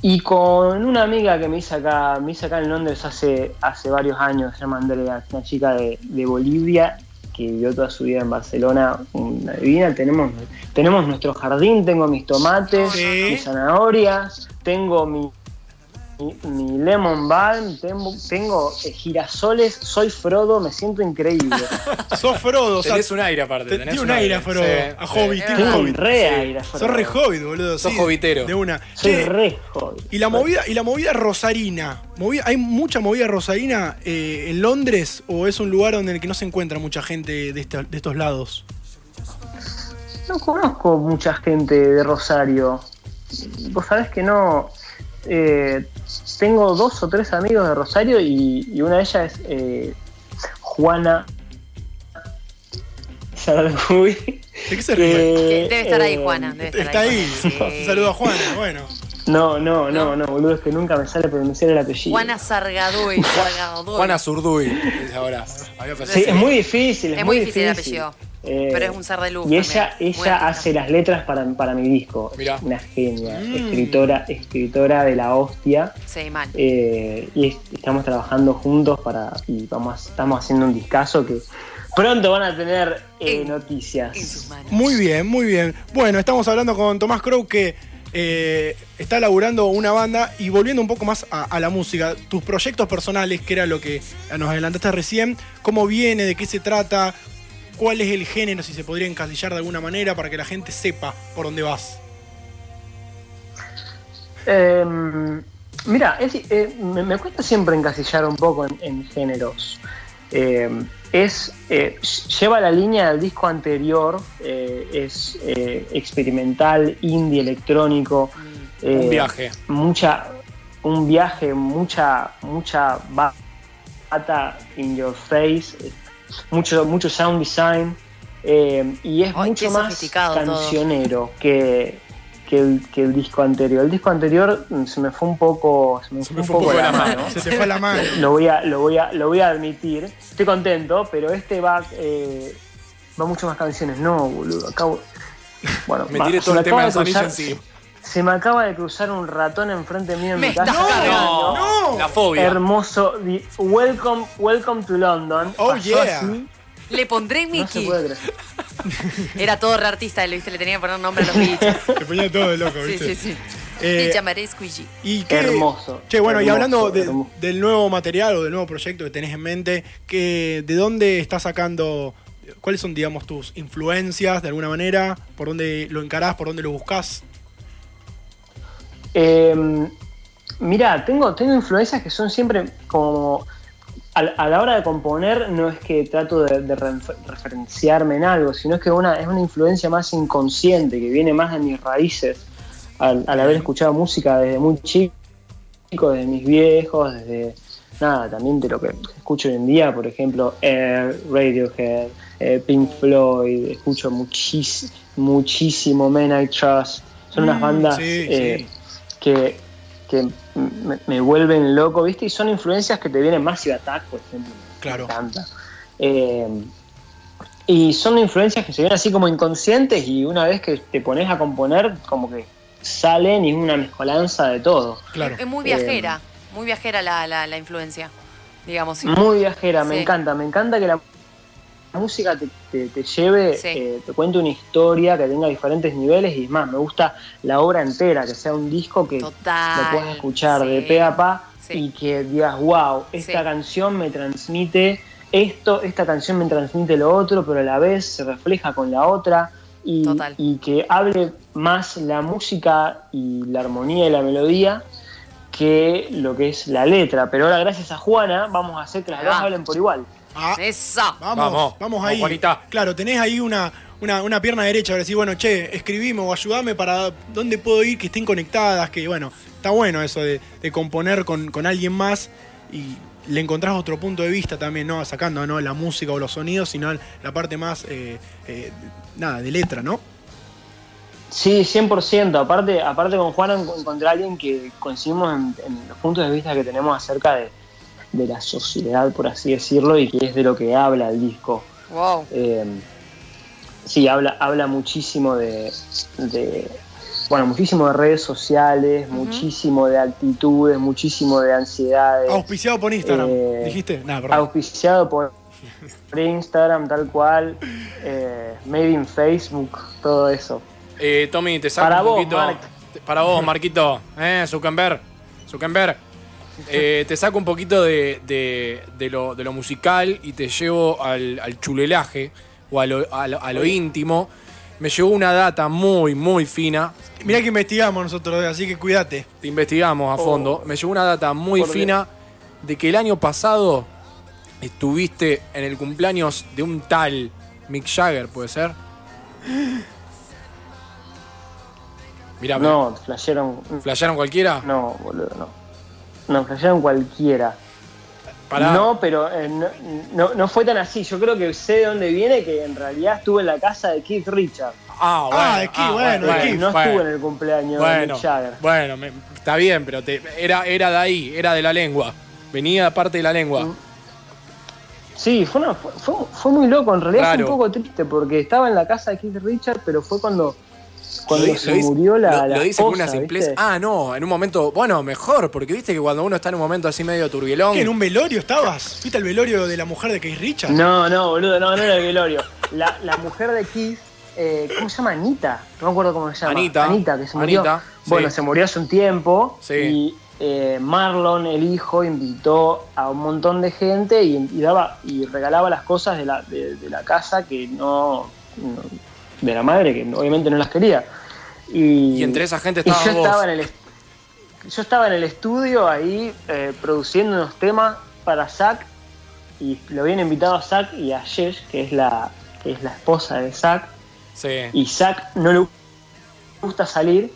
y con una amiga que me hice acá, me hice acá en Londres hace, hace varios años, se llama Andrea, es una chica de, de Bolivia que vivió toda su vida en Barcelona, una divina, tenemos, tenemos nuestro jardín, tengo mis tomates, mis zanahorias, tengo mi, mi, mi lemon balm, tengo, tengo eh, girasoles, soy Frodo, me siento increíble.
Sos Frodo.
Tenés un aire aparte.
Te-
tenés
tiene un aire a Frodo,
Sí,
a
sí.
Hobbit, tiene un
Tengo un
Hobbit.
re
Sí.
aire a Frodo.
Sos re Hobbit, boludo.
Sos
sí,
hobbitero.
De una.
Soy
Che,
re Hobbit.
Y la movida, y la movida rosarina. Movida- ¿Hay mucha movida rosarina eh, en Londres o es un lugar donde en el que no se encuentra mucha gente de, esta- de estos lados?
No conozco mucha gente de Rosario. Vos sabés que no. eh, tengo dos o tres amigos de Rosario y, y una de ellas es eh, Juana Sarduy.
¿De qué se
ríe?
Debe estar ahí, Juana. Debe estar
Está ahí.
Juana. Sí.
Un saludo a Juana, bueno.
No, no, no, no, boludo, es que nunca me sale pronunciar el apellido.
Juana Sargaduy. Sargaduy.
Juana Zurduy. es Ahora. Había pensado.
Sí, es muy difícil, Eh, es,
Es muy difícil el apellido. Pero es un ser de luz.
Y ella,
también. Muy
ella hace las letras para, para mi disco.
Mirá.
Una genia.
Mm.
Escritora, escritora de la hostia.
Sí, mal.
Eh, y es- estamos trabajando juntos para y vamos, estamos haciendo un discazo que pronto van a tener eh, noticias.
Muy bien, muy bien. Bueno, estamos hablando con Tomás Crow que eh, está laburando una banda y volviendo un poco más a, a la música, tus proyectos personales, que era lo que nos adelantaste recién, cómo viene, de qué se trata, cuál es el género, si se podría encasillar de alguna manera para que la gente sepa por dónde vas.
Eh, mira, es- eh, me, me cuesta siempre encasillar un poco en, en géneros. Eh, es eh, ll- lleva la línea del disco anterior, eh, es eh, experimental, indie, electrónico. eh,
Un viaje.
Mucha, un viaje, mucha, mucha ba- bata in your face, eh, mucho, mucho sound design. eh, y es mucho más
sofisticado todo.
cancionero que, que el, que el disco anterior. El disco anterior mm, se me fue un poco, se me fue un poco de la mano.
Se te fue la mano.
Lo voy a, lo voy a, lo voy a admitir. Estoy contento, pero este va, eh, va mucho más canciones. No, boludo, acabo. Bueno,
Me
va,
tiré
se
todo
me
el tema
acaba
de Sonilla
cruzar-
encima.
Se me acaba de cruzar un ratón enfrente mío en
Me
mi casa.
estás cagando. No. La fobia.
Hermoso. di- Welcome, welcome to London.
Oh,
Pasó
yeah.
así,
Le pondré
No se
Mickey.
puede creer.
Era todo re artista, ¿lo viste? Le tenía que poner nombre a los bichos.
Te ponía todo de loco,
Sí,
¿viste?
sí, sí.
Eh,
Te llamaré Squeegee.
Y qué-
Hermoso,
Che, bueno, y
hermoso,
hablando de-
hermoso.
del nuevo material o del nuevo proyecto que tenés en mente, que, ¿de dónde estás sacando? ¿Cuáles son, digamos, tus influencias de alguna manera? ¿Por dónde lo encarás? ¿Por dónde lo buscás?
Eh, mirá, tengo, tengo influencias que son siempre como. A, a la hora de componer, no es que trato de, de renf- referenciarme en algo, sino que una, es una influencia más inconsciente, que viene más de mis raíces, al, al haber escuchado música desde muy chico, desde mis viejos, desde, nada, también de lo que escucho hoy en día, por ejemplo, Air, Radiohead, eh, Pink Floyd, escucho muchis- muchísimo Men I Trust. Son unas
Mm,
bandas
sí,
eh, que, que m- me, vuelven loco, ¿viste? Y son influencias que te vienen Massive Attack, por ejemplo. Claro. y son influencias que se ven así como inconscientes y una vez que te pones a componer, como que salen y es una mezcolanza de todo.
Es muy
Eh,
viajera, muy viajera la, la, la influencia, digamos. sí.
Muy viajera, me
Sí.
encanta, me encanta que la música te, te- te lleve, eh, te cuente una historia que tenga diferentes niveles y es más, me gusta la obra entera, que sea un disco que lo puedas escuchar de pe a pa y que digas, wow, esta canción me transmite esto, esta canción me transmite lo otro, pero a la vez se refleja con la otra y, y que hable más la música y la armonía y la melodía que lo que es la letra. Pero ahora, gracias a Juana, vamos a hacer que las
Ahí
dos
va.
hablen por igual.
Esa.
Ah, Vamos, vamos, ahí. Claro, tenés ahí una, una, una pierna derecha para decir, bueno, che, escribimos o ayudame para dónde puedo ir, que estén conectadas, que bueno, está bueno eso de, de componer con, con alguien más y le encontrás otro punto de vista también, no sacando no la música o los sonidos, sino la parte más, eh, eh, nada, de letra, ¿no?
Sí, 100%. Aparte, aparte con Juana en- encontré a alguien que coincidimos en, en los puntos de vista que tenemos acerca de, de la sociedad, por así decirlo, y que es de lo que habla el disco.
Wow.
Eh, sí, habla, habla muchísimo de, de- Bueno, muchísimo de redes sociales, muchísimo de actitudes, muchísimo de ansiedades.
Auspiciado por Instagram,
Eh,
dijiste. Nada, perdón.
auspiciado por, por Instagram, tal cual. eh, made in Facebook, todo eso.
Eh, Tommy, te saco
Para
un
vos,
poquito.
Mark.
te- Para vos, Marquito. Eh, Zuckerberg. Zuckerberg. Eh, te saco un poquito de, de- de lo, de lo musical y te llevo al, al chulelaje o a lo, a lo- a lo íntimo. Me llegó una data muy, muy fina.
Mirá que investigamos nosotros, así que cuídate.
Te investigamos a
Oh.
fondo. Me llegó una data muy
Por
fina de que el año pasado estuviste en el cumpleaños de un tal Mick Jagger, ¿puede ser? Mirá,
no, flashearon.
¿Flashearon cualquiera?
No, boludo, no. No, flashearon cualquiera.
Pará.
No, pero eh, no, no- no fue tan así. Yo creo que sé de dónde viene, que en realidad estuve en la casa de Keith Richard.
Ah, bueno.
Ah, de Keith, bueno, de Keith. No estuvo en el cumpleaños de
bueno,
Mick Jagger.
Bueno, me- está bien, pero te- era, era de ahí, era de la lengua. Venía parte de la lengua.
Sí, fue, una- fue, fue- fue muy loco. En realidad
Raro.
fue un poco triste porque estaba en la casa de Keith Richard, pero fue cuando, cuando
di-
se
dice-
murió la.
lo-
la
lo dice con una
esposa,
simpleza.
¿viste?
Ah, no, en un momento. Bueno, mejor, porque viste que cuando uno está en un momento así medio turbielón.
¿Qué, en un velorio estabas? ¿Fuiste al velorio de la mujer de Keith Richards?
No, no, boludo, no, no era el velorio. La, la mujer de Keith, eh, ¿cómo se llama? Anita. No me acuerdo cómo se llama.
Anita.
Anita, que se murió.
Anita, sí.
Bueno, se murió hace un tiempo.
Sí.
Y eh, Marlon, el hijo, invitó a un montón de gente y, y daba y regalaba las cosas de la, de, de la casa que no, no- de la madre, que obviamente no las quería. Y,
Y entre esa gente
y
estabas
yo
vos.
estaba en el est- yo estaba en el estudio ahí eh, produciendo unos temas para Zack y lo habían invitado a Zack y a Yesh, que es la, que es la esposa de Zack,
Sí.
y Zack no le gusta salir,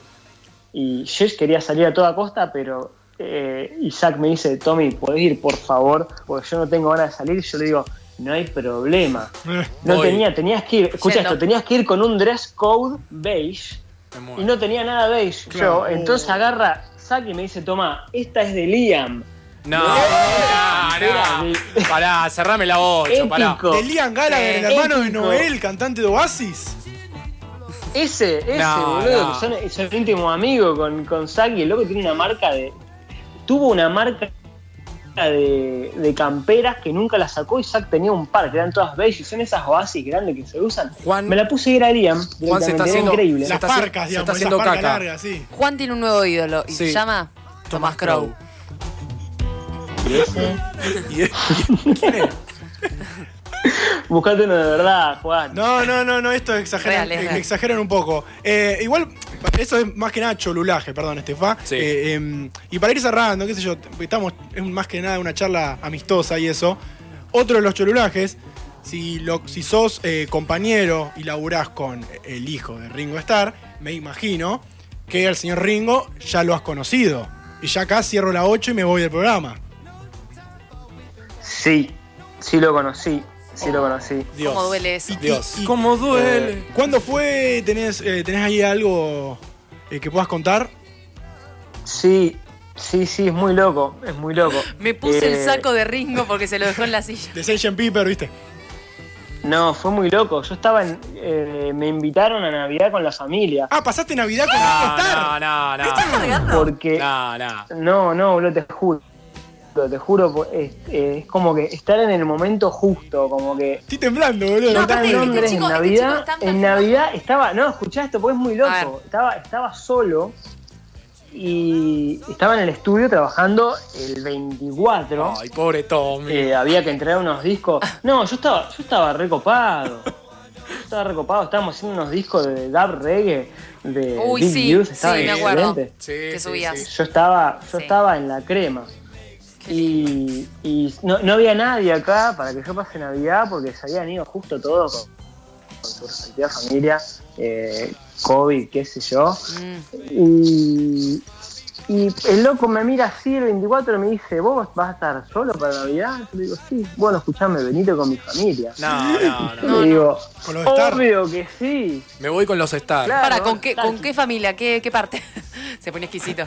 y Yesh quería salir a toda costa, pero eh, y Zack me dice, Tommy, ¿podés ir por favor? Porque yo no tengo ganas de salir, y yo le digo, no hay problema. No
Voy.
tenía, tenías que ir, escucha
Yendo.
esto, tenías que ir con un dress code beige y no tenía nada beige.
Claro.
Yo, entonces agarra Zack y me dice, toma, esta es de Liam.
No, no, no. Pará, cerrame la 8, pará.
Épico.
De Liam Gallagher, el hermano de
Épico.
Noel, cantante de Oasis.
Ese, ese,
No,
boludo,
no.
que son, son íntimo amigo con, con Zack y el loco tiene una marca de. Tuvo una marca de, de camperas que nunca la sacó y Zack tenía un par, que eran todas bellas, son esas oasis grandes que se usan. Me la puse a ir a Liam,
Juan se está
directamente, era
haciendo-
increíble.
se está Las haci- parcas, se digamos, está esas haciendo parcas caca. largas,
sí.
Juan tiene un nuevo ídolo y
Sí.
se llama Tomás Crow.
Y-
Buscate uno de verdad, Juan.
No, no, no, no, esto exageran,
Real, es
eh,
real.
exageran un poco. Eh, igual, eso es más que nada cholulaje, perdón, Estefa. Eh, em, y para ir cerrando, qué sé yo, estamos, es más que nada una charla amistosa y eso. Otro de los cholulajes, si, lo, si sos eh, compañero y laburás con el hijo de Ringo Starr, me imagino que al señor Ringo ya lo has conocido. Y ya acá cierro la 8 y me voy del programa.
Sí, sí lo conocí, sí lo conocí.
Oh, Dios.
¿Cómo duele eso?
Dios. ¿Cómo duele? eh, ¿Cuándo fue? ¿Tenés, eh, tenés ahí algo eh, que puedas contar?
Sí, sí, sí, es muy loco, Eh, es muy loco.
Me puse el
Eh,
saco de Ringo porque se lo dejó en la silla.
De Sgt. Piper, ¿viste?
No, fue muy loco. Yo estaba en. eh, me invitaron a Navidad con la familia.
Ah, pasaste Navidad con Ringo Starr.
No, no,
Porque.
No, no.
No, no, boludo, te juro. Te juro, po- es, eh, es como que estar en el momento justo, como que.
Estoy temblando, boludo.
Estaba
Contame.
en
este
Londres en Navidad. en Navidad estaba. No, escuchá esto, porque es muy loco. Estaba, estaba solo y estaba en el estudio trabajando el 24.
Ay, pobre Tommy.
Eh, había que entregar unos discos. No, yo estaba, yo estaba recopado. Yo estaba recopado, estábamos haciendo unos discos de dub reggae, de
Uy,
Big
sí,
Youth,
sí,
estaba
me acuerdo.
excelente.
que subías.
Yo estaba, yo estaba en la crema. Y, y no, no había nadie acá para que yo pase Navidad porque se habían ido justo todos con, con su respectiva familia, eh, COVID, qué sé yo.
Mm.
Y, y el loco me mira así el 24 y me dice, ¿vos vas a estar solo para Navidad? Yo le digo, sí, bueno, escuchame, venite con mi familia.
No, no, no.
Y yo le digo,
Con los Star.
obvio que sí.
Me voy con los stars.
Para, ¿con qué, ¿con qué familia? ¿Qué, qué parte? se pone exquisito.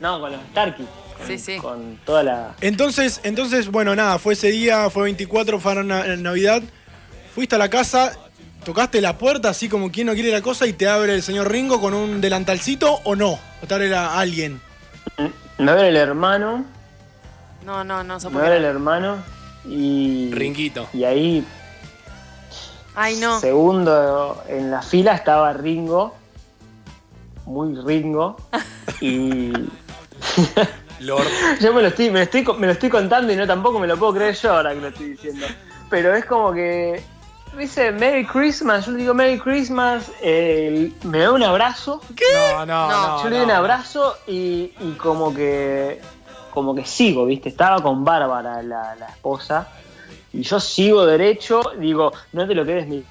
No, con los Starkey.
Sí, sí.
Con toda la...
Entonces, entonces, bueno, nada, fue ese día, fue 24, fue a na- en Navidad. Fuiste a la casa, tocaste la puerta, así como quien no quiere la cosa, y te abre el señor Ringo con un delantalcito o no. O te abre la- alguien.
Me abre el hermano,
No, no, no, se
me abre el
puede.
hermano y...
Ringuito.
Y ahí,
Ay, no.
segundo en la fila, estaba Ringo. Muy Ringo. Y... yo me lo, estoy, me, lo estoy, me lo estoy contando y no tampoco me lo puedo creer yo ahora que lo estoy diciendo. Pero es como que... me Dice Merry Christmas, yo le digo Merry Christmas, eh, me da un abrazo.
¿Qué? No, no, no.
yo le doy un abrazo y, y como que como que sigo, ¿viste? Estaba con Bárbara, la, la esposa, y yo sigo derecho, digo, no te lo quedes mi-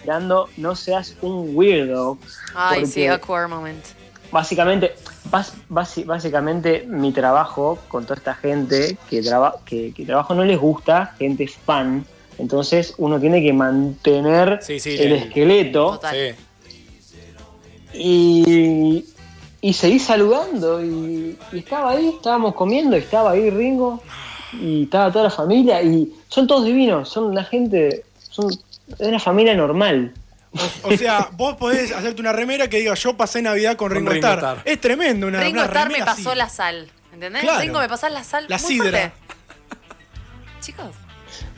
mirando, no seas un weirdo.
Ay, sí,
porque
awkward moment.
Básicamente, bas- basi- básicamente mi trabajo con toda esta gente que, traba- que, que trabajo no les gusta, gente fan, entonces uno tiene que mantener
Sí, sí, el-
el, esqueleto.
Sí.
Y, y seguí saludando y, y estaba ahí, estábamos comiendo, y estaba ahí Ringo y estaba toda la familia y son todos divinos, son una gente, son es una familia normal.
O sea, vos podés hacerte una remera que diga yo pasé Navidad con Ringo,
Ringo
Starr.
Starr.
Es tremendo una,
Ringo
una
Starr me
remera
pasó
así.
la sal. ¿Entendés?
Claro.
Ringo me pasó la sal.
La
muy
sidra.
fuerte. Chicos,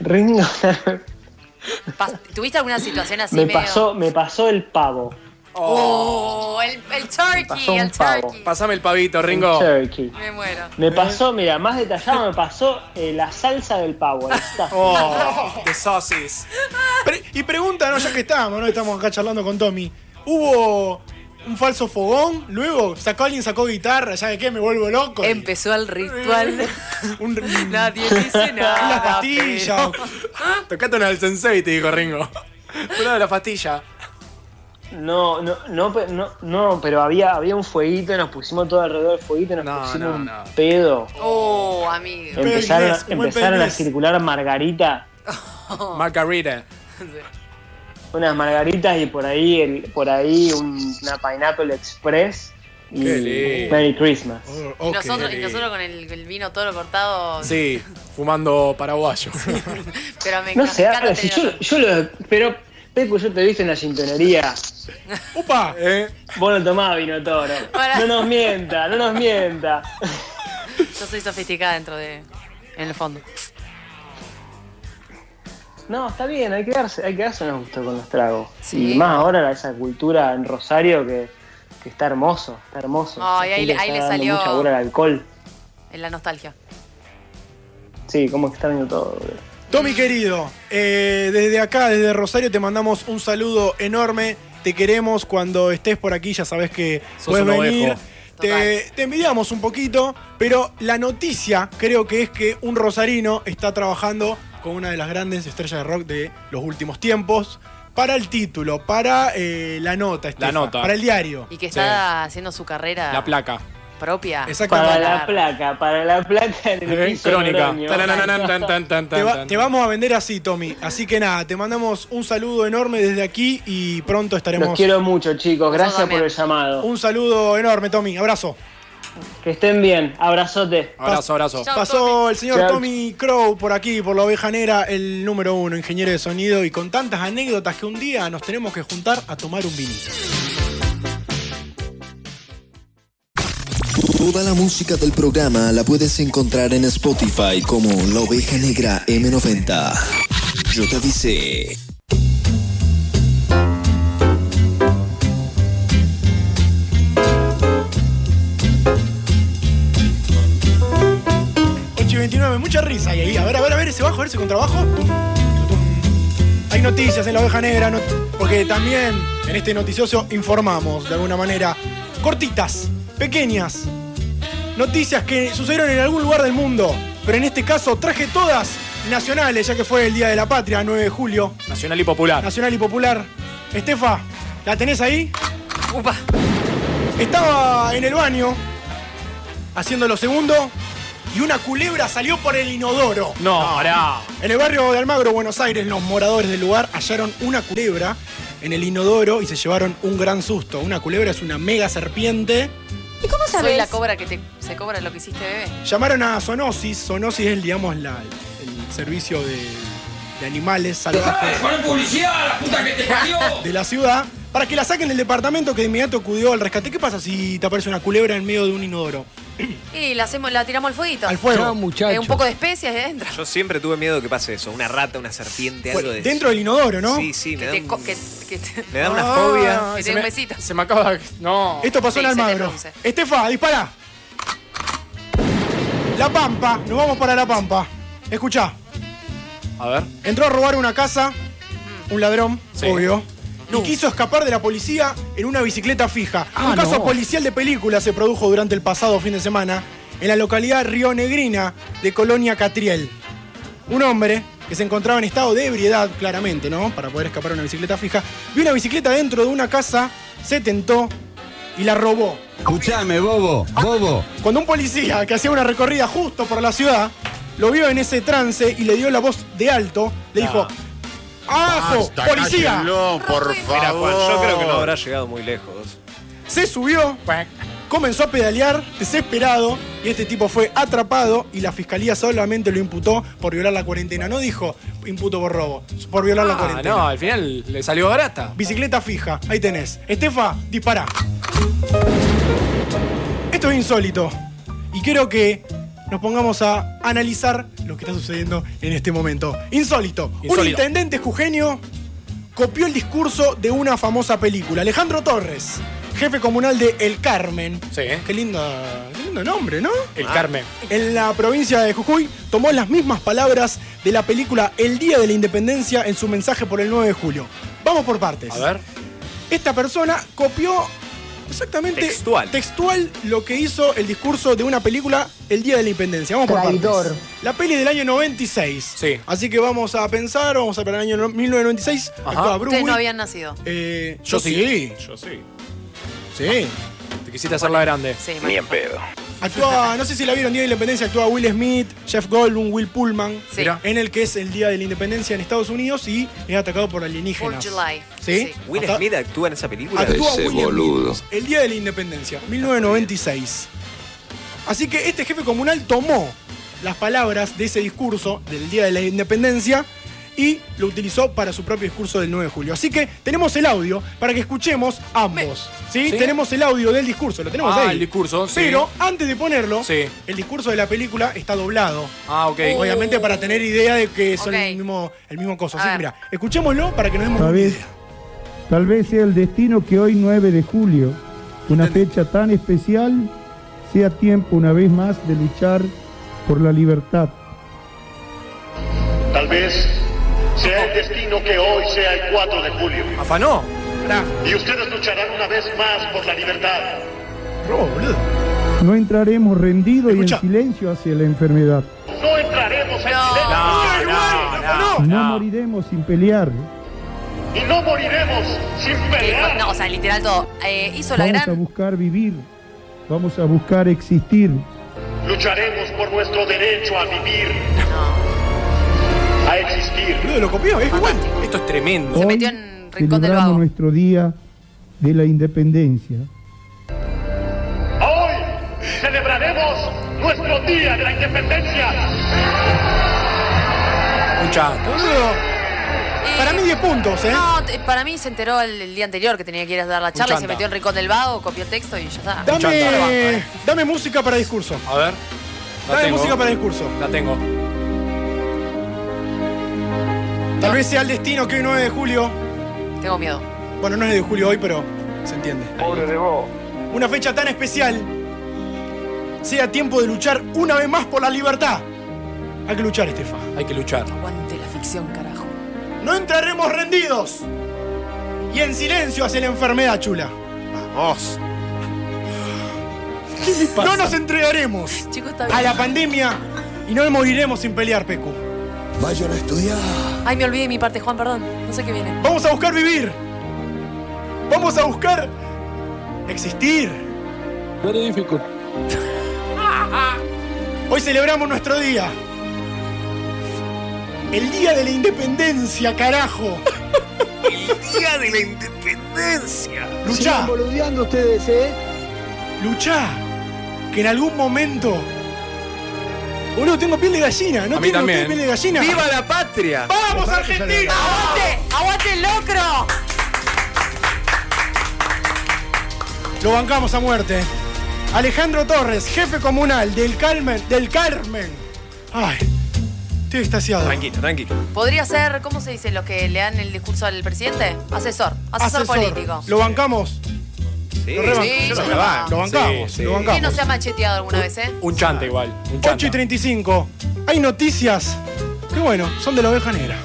Ringo
pas- ¿tuviste alguna situación así
me
medio?
pasó, me pasó el pavo.
Oh, el, el
Pasó
turkey,
un
el
pavo.
turkey.
Pasame el pavito,
Un
Ringo.
turkey.
Me muero.
Me pasó, mira, más detallado me pasó eh, la salsa del pavo. ahí está.
Oh, the sauces.
Pre- y pregunta, ¿no? ya que estábamos, ¿no? Estamos acá charlando con Tommy. ¿Hubo un falso fogón? Luego sacó alguien, sacó guitarra, ¿ya de qué? Me vuelvo loco.
Empezó el ritual. Nadie
dice nada,
Las pastillas.
Tocate una del sensei, te dijo Ringo. Una de la pastilla.
No, no, no, pe- no, no, pero había, había un fueguito, nos pusimos todo alrededor del fueguito, nos pusimos un pedo.
Oh, amigo.
Empezaron, empezaron a circular margaritas,
Margarita.
unas margaritas y por ahí el, por ahí un- una Pineapple Express y
Qué lindo.
Merry Christmas.
Y nosotros, y nosotros con el, el vino todo cortado.
Sí, fumando paraguayo.
Pero me
No
encanta-
sé,
me encanta
ahora si
tener-
yo, yo lo. Pero, Pecu, yo te he visto en la sintonería.
¡Upa!
Vos no tomás vino toro.
Pará.
No nos mienta, no nos mienta.
yo soy sofisticada dentro de. En el fondo.
No, está bien, hay que darse, hay que darse unos gustos con los tragos.
Sí.
Y más ahora esa cultura en Rosario que, que está hermoso, está hermoso.
Ay,
La
ahí
gente
le- ahí
está
le
dando
salió-
mucha bola al alcohol.
En la nostalgia.
Sí, como que está viendo todo.
Tommy querido, eh, desde acá, desde Rosario, te mandamos un saludo enorme. Te queremos cuando estés por aquí, ya sabes que
Sos
puedes
un ovejo.
venir. Te, te envidiamos un poquito, pero la noticia creo que es que un rosarino está trabajando con una de las grandes estrellas de rock de los últimos tiempos para el título, para eh, la nota, Estefa,
nota.
para el diario.
Y que está haciendo su carrera.
La placa.
propia.
Para la placa, para la placa en
Eh,
el piso de Oroño.
Te, va- te vamos a vender así, Tommy. Así que nada, te mandamos un saludo enorme desde aquí y pronto estaremos.
Los quiero mucho, chicos. Gracias por el llamado.
Un saludo enorme, Tommy. Abrazo.
Que estén bien. Abrazote.
Abrazo, abrazo.
Chao,
Pasó
Tommy.
el señor
Chao.
Tommy Crow por aquí, por la oveja negra, el número uno, ingeniero de sonido, y con tantas anécdotas que un día nos tenemos que juntar a tomar un vinito.
Toda la música del programa la puedes encontrar en Spotify como La Oveja Negra M90. Yo te avisé.
Ocho y 29, mucha risa ahí, ahí. A ver, a ver, a ver ese bajo, a ver ese contrabajo. Hay noticias en la oveja negra, no- porque también en este noticioso informamos de alguna manera. Cortitas, pequeñas, noticias que sucedieron en algún lugar del mundo. Pero en este caso traje todas nacionales, ya que fue el Día de la Patria, 9 de julio.
Nacional y popular.
Nacional y Popular. Estefa, ¿la tenés ahí? Upa. Estaba en el baño haciendo lo segundo y una culebra salió por el inodoro.
No, pará.
En el barrio de Almagro, Buenos Aires, los moradores del lugar hallaron una culebra en el inodoro y se llevaron un gran susto. Una culebra es una mega serpiente.
¿Y cómo
sabés?
Soy la cobra que te, se cobra lo que hiciste, bebé.
Llamaron a Zoonosis. Zoonosis es, digamos, la- el servicio de, de animales salvajes.
la puta que te parió!
de la ciudad para que la saquen del departamento que de inmediato acudió al rescate. ¿Qué pasa si te aparece una culebra en medio de un inodoro?
Y la, hacemos, la tiramos al fueguito.
Al fuego. Chao,
muchachos. un poco de especias ¿eh? y adentro.
Yo siempre tuve miedo que pase eso. Una rata, una serpiente, algo de
Dentro del inodoro, ¿no?
Sí, sí, me da,
Te
un-
co- que- que te-
me da una
Ah,
fobia.
Que te
se
dé
me-
un besito.
Se me acaba de... No.
Esto pasó en
Sí, se te
Almagro.
produce.
Estefa, dispara. La Pampa, nos vamos para La Pampa. Escuchá,
A ver.
entró a robar una casa, un ladrón,
Sí.
obvio. Y quiso escapar de la policía en una bicicleta fija.
Ah,
un caso
no.
policial de película se produjo durante el pasado fin de semana en la localidad rionegrina de Colonia Catriel. Un hombre que se encontraba en estado de ebriedad, claramente, ¿no? Para poder escapar de una bicicleta fija, vio una bicicleta dentro de una casa, se tentó y la robó. Ah,
Escuchame, bobo, bobo.
Cuando un policía que hacía una recorrida justo por la ciudad lo vio en ese trance y le dio la voz de alto, le dijo:
Ah.
¡Abajo,
Basta,
policía!
cállenlo, por Mira, Juan, yo creo que no habrá llegado muy lejos.
Se subió, comenzó a pedalear, desesperado, y este tipo fue atrapado y la fiscalía solamente lo imputó por violar la cuarentena. No dijo imputo por robo, por violar la
Ah,
cuarentena.
no, al final le salió barata.
Bicicleta fija, ahí tenés. Estefa, dispará. Esto es insólito. Y quiero que nos pongamos a analizar lo que está sucediendo en este momento. Insólito. Un
Insólito.
intendente jujeño copió el discurso de una famosa película. Alejandro Torres, jefe comunal de El Carmen.
Sí.
Qué linda- qué lindo nombre, ¿no?
El Carmen.
En la provincia de Jujuy tomó las mismas palabras de la película El Día de la Independencia en su mensaje por el 9 de julio. Vamos por partes.
A ver.
Esta persona copió exactamente textual. lo que hizo el discurso de una película el día de la independencia. Vamos por
Traidor.
partes. La peli del año 96.
Sí.
Así que vamos a pensar, vamos a ver el año no- 1996. Estaba Bruce
Ustedes no
Willis.
habían nacido.
Eh,
Yo
yo sí.
Yo sí.
Sí.
Te quisiste hacerla grande.
Sí,
Ni en pedo.
Actúa, no sé si la vieron, Día de la Independencia, actúa Will Smith, Jeff Goldblum, Will Pullman,
Sí.
en el que es el Día de la Independencia en Estados Unidos y es atacado por
Por
alienígenas.
July.
¿Sí?
¿Will
Hasta-
Smith actúa en esa película?
Actúa
Ese
William
boludo.
Smith. El Día de la Independencia, 1996. Así que este jefe comunal tomó las palabras de ese discurso del Día de la Independencia y lo utilizó para su propio discurso del 9 de julio. Así que tenemos el audio para que escuchemos ambos. ¿sí?
Sí.
Tenemos el audio del discurso, lo tenemos
Ah,
ahí.
el discurso, sí.
Pero antes de ponerlo,
Sí.
el discurso de la película está doblado.
Ah, ok.
Obviamente para tener idea de que son
Ok.
el mismo, el mismo coso. Así que mira, escuchémoslo para que nos demos una idea.
Tal vez sea el destino que hoy 9 de julio, una fecha tan especial, sea tiempo una vez más de luchar por la libertad.
Tal vez sea el destino que hoy sea el 4 de julio.
¿Afanó?
Y ustedes lucharán una vez más por la libertad.
No entraremos rendido y en silencio hacia la enfermedad.
No entraremos en silencio.
No, moriremos sin pelear.
Y no moriremos sin
Eh,
pelear.
no, o sea, literal todo. Eh, hizo la
Vamos a
gran.
buscar vivir Vamos a buscar existir.
Lucharemos por nuestro derecho a vivir. A existir.
lo copió, es
Esto es tremendo.
Hoy
en Rincón del
celebramos
Vago.
nuestro día de la independencia.
Hoy celebraremos nuestro Día de la Independencia.
Mucha.
Para mí 10 puntos, ¿eh?
No, te- para mí se enteró el, el día anterior que tenía que ir a dar la charla y se
chanta.
metió en Rincón del Vago, copió el texto y ya está.
Dame, dame música para discurso.
A ver. La
Dame
tengo.
música para discurso.
La tengo.
Tal vez sea el destino que hoy 9 de julio.
Tengo miedo.
Bueno, no es de julio hoy, pero se entiende. Pobre de vos. Una fecha tan especial. Sea tiempo de luchar una vez más por la libertad. Hay que luchar, Estefa.
Hay que luchar.
Aguante la ficción, carajo.
No entraremos rendidos. Y en silencio hacia la enfermedad, chula. Vamos. No nos entregaremos a la pandemia y no moriremos sin pelear, Pecu. Vayan a estudiar.
Ay, me olvidé mi parte, Juan, perdón. No sé qué viene.
Vamos a buscar vivir. Vamos a buscar existir. Verífico. Hoy celebramos nuestro día. El día de la independencia, carajo. El día de la independencia. Luchá.
Sigan boludeando ustedes, ¿eh?
Luchá. Que en algún momento. Boludo, tengo piel de gallina. ¿No
A mí
tiene usted
también.
piel de gallina?
¡Viva la patria!
¡Vamos, Argentina!
¡Aguante! ¡Aguante el locro!
Lo bancamos a muerte. Alejandro Torres, jefe comunal del Carmen. Del Carmen. Ay, estoy extasiado.
Tranquilo, tranquilo.
¿Podría ser, cómo se dice, los que le dan el discurso al presidente? Asesor. Asesor, político.
Lo bancamos. lo, reban-
Sí, yo
lo
lo
bancamos.
banco.
Lo bancamos.
Sí, sí.
Lo
Que no
bancamos.
se ha macheteado alguna vez, ¿eh?
Un chanta igual. Un
8 y 35. Hay noticias que, bueno, son de la oveja negra.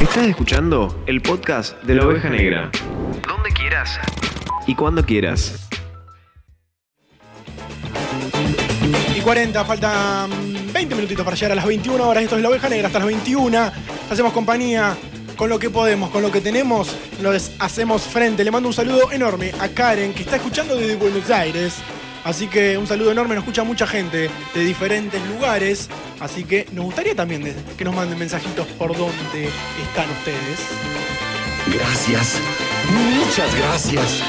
Estás escuchando el podcast de la Oveja Negra. Donde quieras y cuando quieras.
Y 40, faltan 20 minutitos para llegar a las 21 horas. Esto es La Oveja Negra, hasta las 21. Hacemos compañía con lo que podemos, con lo que tenemos, nos hacemos frente. Le mando un saludo enorme a Karen, que está escuchando desde Buenos Aires. Así que un saludo enorme, nos escucha mucha gente de diferentes lugares. Así que nos gustaría también de- que nos manden mensajitos por dónde están ustedes.
Gracias. Muchas gracias.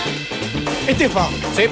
Estefa.
Sí.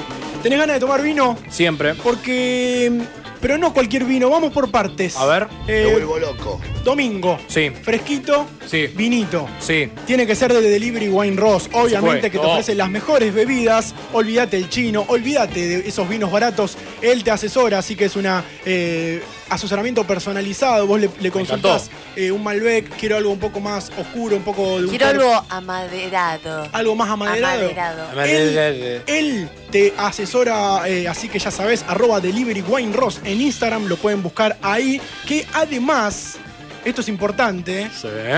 ¿Tenés ganas de tomar vino?
Siempre.
Porque. Pero no cualquier vino, vamos por partes.
A ver.
Eh,
Me
loco. Domingo.
Sí.
Fresquito.
Sí.
Vinito.
Sí.
Tiene que ser de Delivery Wine Ross, obviamente,
supuesto.
que te ofrece las mejores bebidas. Olvídate el chino, olvídate de esos vinos baratos. Él te asesora, así que es una eh, asesoramiento personalizado. Vos le, le consultás eh, un Malbec, quiero algo un poco más oscuro, un poco de un
Quiero
tono-
algo amaderado.
algo más amaderado.
Amaderado.
Él, él te asesora, eh, así que ya sabes, arroba Delivery Wine Ross en Instagram, lo pueden buscar ahí. Que además, esto es importante,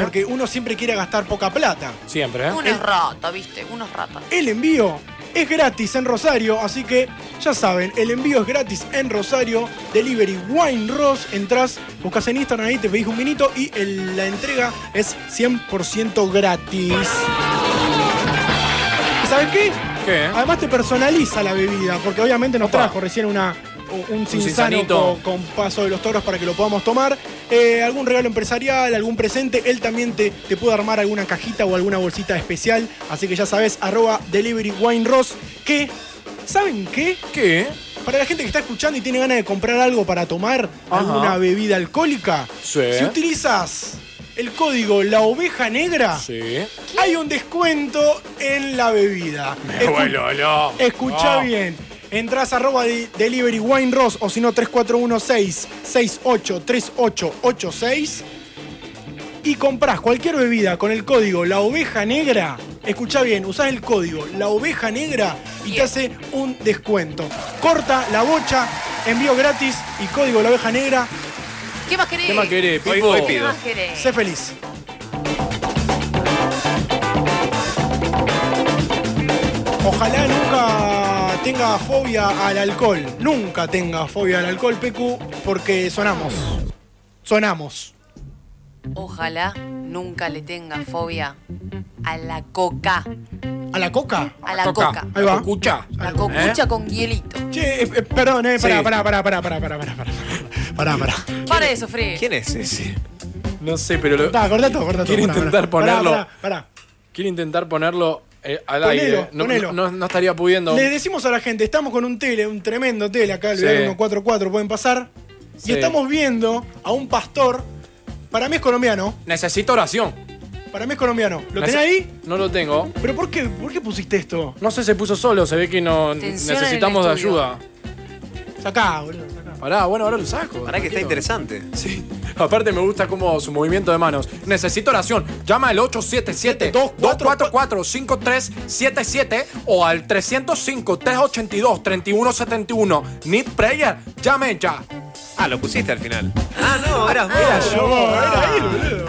porque uno siempre quiere gastar poca plata.
Siempre, ¿eh?
Uno es rata, viste, uno es rata.
El envío es gratis en Rosario, así que ya saben, el envío es gratis en Rosario, Delivery Wine Ross, entras, buscas en Instagram ahí, te pedís un vinito y el- la entrega es 100% gratis. ¿Y ¿Sabes qué?
¿Qué?
Además te personaliza la bebida, porque obviamente nos trajo recién una, un cinzano
cinzanito.
con, con paso de los toros para que lo podamos tomar. Eh, algún regalo empresarial, algún presente. Él también te, te puede armar alguna cajita o alguna bolsita especial. Así que ya sabes, arroba Delivery Wine Ross. Que, ¿saben qué?
¿Qué?
Para la gente que está escuchando y tiene ganas de comprar algo para tomar,
Ajá.
alguna bebida alcohólica,
Sí.
si utilizas el código La Oveja Negra,
Sí.
hay un descuento en la bebida.
Me
Escu-
vuelvo loco.
Escucha
No.
bien. Entrás arroba de- delivery wine ross o si no 3416-683886 y comprás cualquier bebida con el código La Oveja Negra. Escucha bien, usás el código La Oveja Negra y te hace un descuento. Corta la bocha, envío gratis y código La Oveja Negra.
¿Qué más querés?
¿Qué más querés,
Hoy-
Pipo?
hoy
¿Qué
pido.
más Sé feliz. Ojalá nunca tenga fobia al alcohol. Nunca tenga fobia al alcohol, PQ, porque sonamos. Sonamos.
Ojalá nunca le tenga fobia a la coca.
¿A la coca?
A la coca.
Ahí va.
La cocucha con hielito.
Che, eh, eh, perdón, eh, pará,
Sí.
pará, pará, pará, pará, pará, pará, pará. Pará, pará.
Para de sufrir.
¿Quién es ese? No sé, pero lo.
Cortá, cortá todo, cortá todo.
Quiero
Pará,
intentar
pará,
ponerlo.
pará, pará.
Quiero intentar ponerlo eh, al
Ponelo,
aire. No,
ponelo.
no- no estaría pudiendo.
Le decimos a la gente, estamos con un tele, un tremendo tele acá, el
Sí.
144, pueden pasar.
Sí.
Y estamos viendo a un pastor, para mí es colombiano,
Necesito oración.
para mí es colombiano. ¿Lo
Nece-
tenés ahí?
No lo tengo.
¿Pero por qué, por qué pusiste esto?
No sé, se puso solo, se ve que no
Tensión
necesitamos
en
de
el estudio.
ayuda.
Sacá, boludo. sacá.
Pará, bueno, ahora lo saco. Pará que está interesante. Sí. Aparte me gusta como su movimiento de manos. Necesito oración. Llama al 877-244-5377 o al 305-382-3171. Need prayer. Llame ya.
Ah, lo pusiste al final.
Ah, no, eras
Era
yo, era él, boludo.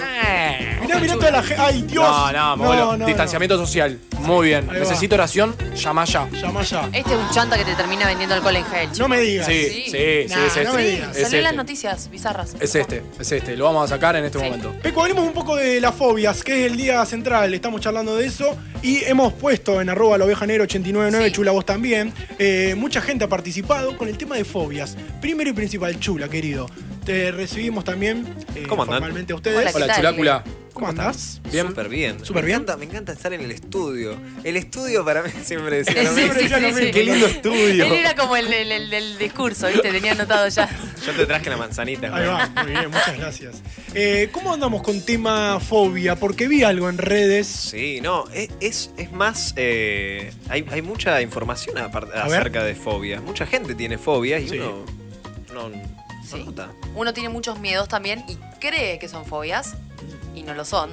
Mirá, mirá toda la gente. ¡Ay, Dios!
No, no, Mogolo. Distanciamiento social. Muy bien.
Ahí va.
Necesito oración. Llama ya.
Llama ya.
Este es un chanta que te termina vendiendo alcohol en gel.
No me
digas. Sí, sí, sí,
Nah,
es este.
no me
Es
digas. Salió
este.
en las noticias bizarras.
Es este, es este. Lo vamos a sacar en este momento.
Peco, hablemos un poco de las fobias, que es el día central, estamos charlando de eso y hemos puesto en arroba la oveja negra 899, chula vos también, eh, mucha gente ha participado con el tema de fobias. Primero y principal, chula, querido, te recibimos también eh,
¿Cómo andan?
formalmente a ustedes.
Hola, ¿qué tal? Chulácula.
¿Cómo andás?
Bien. Súper bien.
Súper bien.
Me encanta, me encanta estar en el estudio. El estudio para mí siempre decía
Sí,
lo mismo.
sí, sí, sí, sí.
Qué lindo estudio.
Él era como el del el del discurso, ¿viste? Tenía anotado ya.
Yo te traje la manzanita.
Ahí
güey.
va, muy bien, muchas gracias. Eh, ¿Cómo andamos con tema fobia? Porque vi algo en redes.
Sí, no, es, es, es más, eh, hay, hay mucha información apar-
ver.
acerca de fobias. Mucha gente tiene fobias y uno no, no nota.
Uno tiene muchos miedos también y cree que son fobias y no lo son.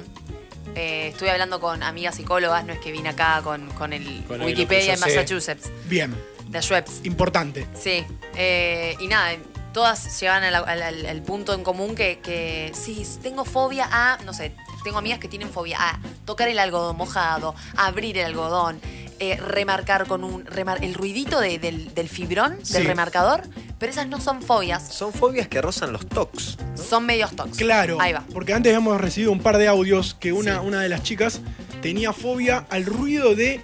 Eh, estuve hablando con amigas psicólogas, no es que vine acá con, con el
Con el-
Wikipedia
lo que
en
yo sé.
Massachusetts,
Bien,
de Schweppes.
importante.
Sí, eh, y nada, todas llevan al, al- al- al punto en común que, que sí, tengo fobia a, no sé, tengo amigas que tienen fobia a tocar el algodón mojado, abrir el algodón, eh, remarcar con un, remar- el ruidito de- del, del fibrón,
Sí.
del remarcador, pero esas no son fobias,
Son fobias que rozan los tocs.
son medios tox.
Claro.
Ahí va.
Porque antes hemos recibido un par de audios que una, una de las chicas tenía fobia al ruido de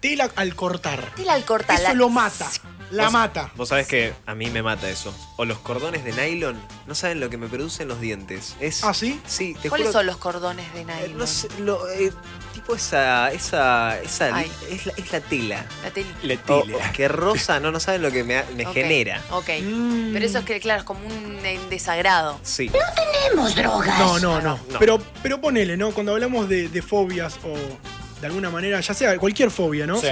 tela al cortar.
Tela al cortar.
Eso
la-
lo mata. La
Vos-
mata.
Vos sabés que a mí me mata eso. O los cordones de nylon, no saben lo que me producen los dientes. Es,
¿Ah, sí?
Sí, te
¿Cuáles
juro-
son los cordones de nylon?
No sé, lo, eh, tipo esa. esa, esa
Ay.
es, la, es la tela.
La telita.
O- o que rosa, no, no saben lo que me, ha- me
Ok,
genera. Mm.
Ok. Pero eso es que, claro, es como un eh, desagrado.
Sí.
tenemos drogas.
No, no, no.
No.
Pero, pero ponele, ¿no? Cuando hablamos de, de fobias o de alguna manera, ya sea cualquier fobia, ¿no?
Sí.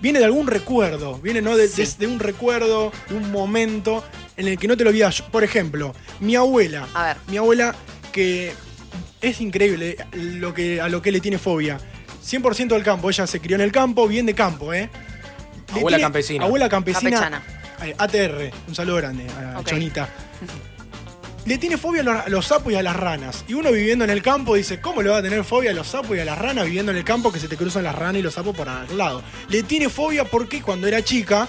Viene de algún recuerdo. Viene, ¿no? De, de- de un recuerdo, de un momento en el que no te lo olvidas. Por ejemplo, mi abuela.
A ver.
Mi abuela que es increíble lo que, a lo que le tiene fobia. 100% del campo. Ella se crió en el campo, bien de campo, ¿eh? Le
Abuela
tiene-
campesina.
Abuela campesina. Eh,
Campechana.
Ay, ATR, un saludo grande a
Ok.
Chonita. Le tiene fobia a los, a los sapos y a las ranas. Y uno viviendo en el campo dice, ¿cómo le va a tener fobia a los sapos y a las ranas viviendo en el campo que se te cruzan las ranas y los sapos por al lado? Le tiene fobia porque cuando era chica,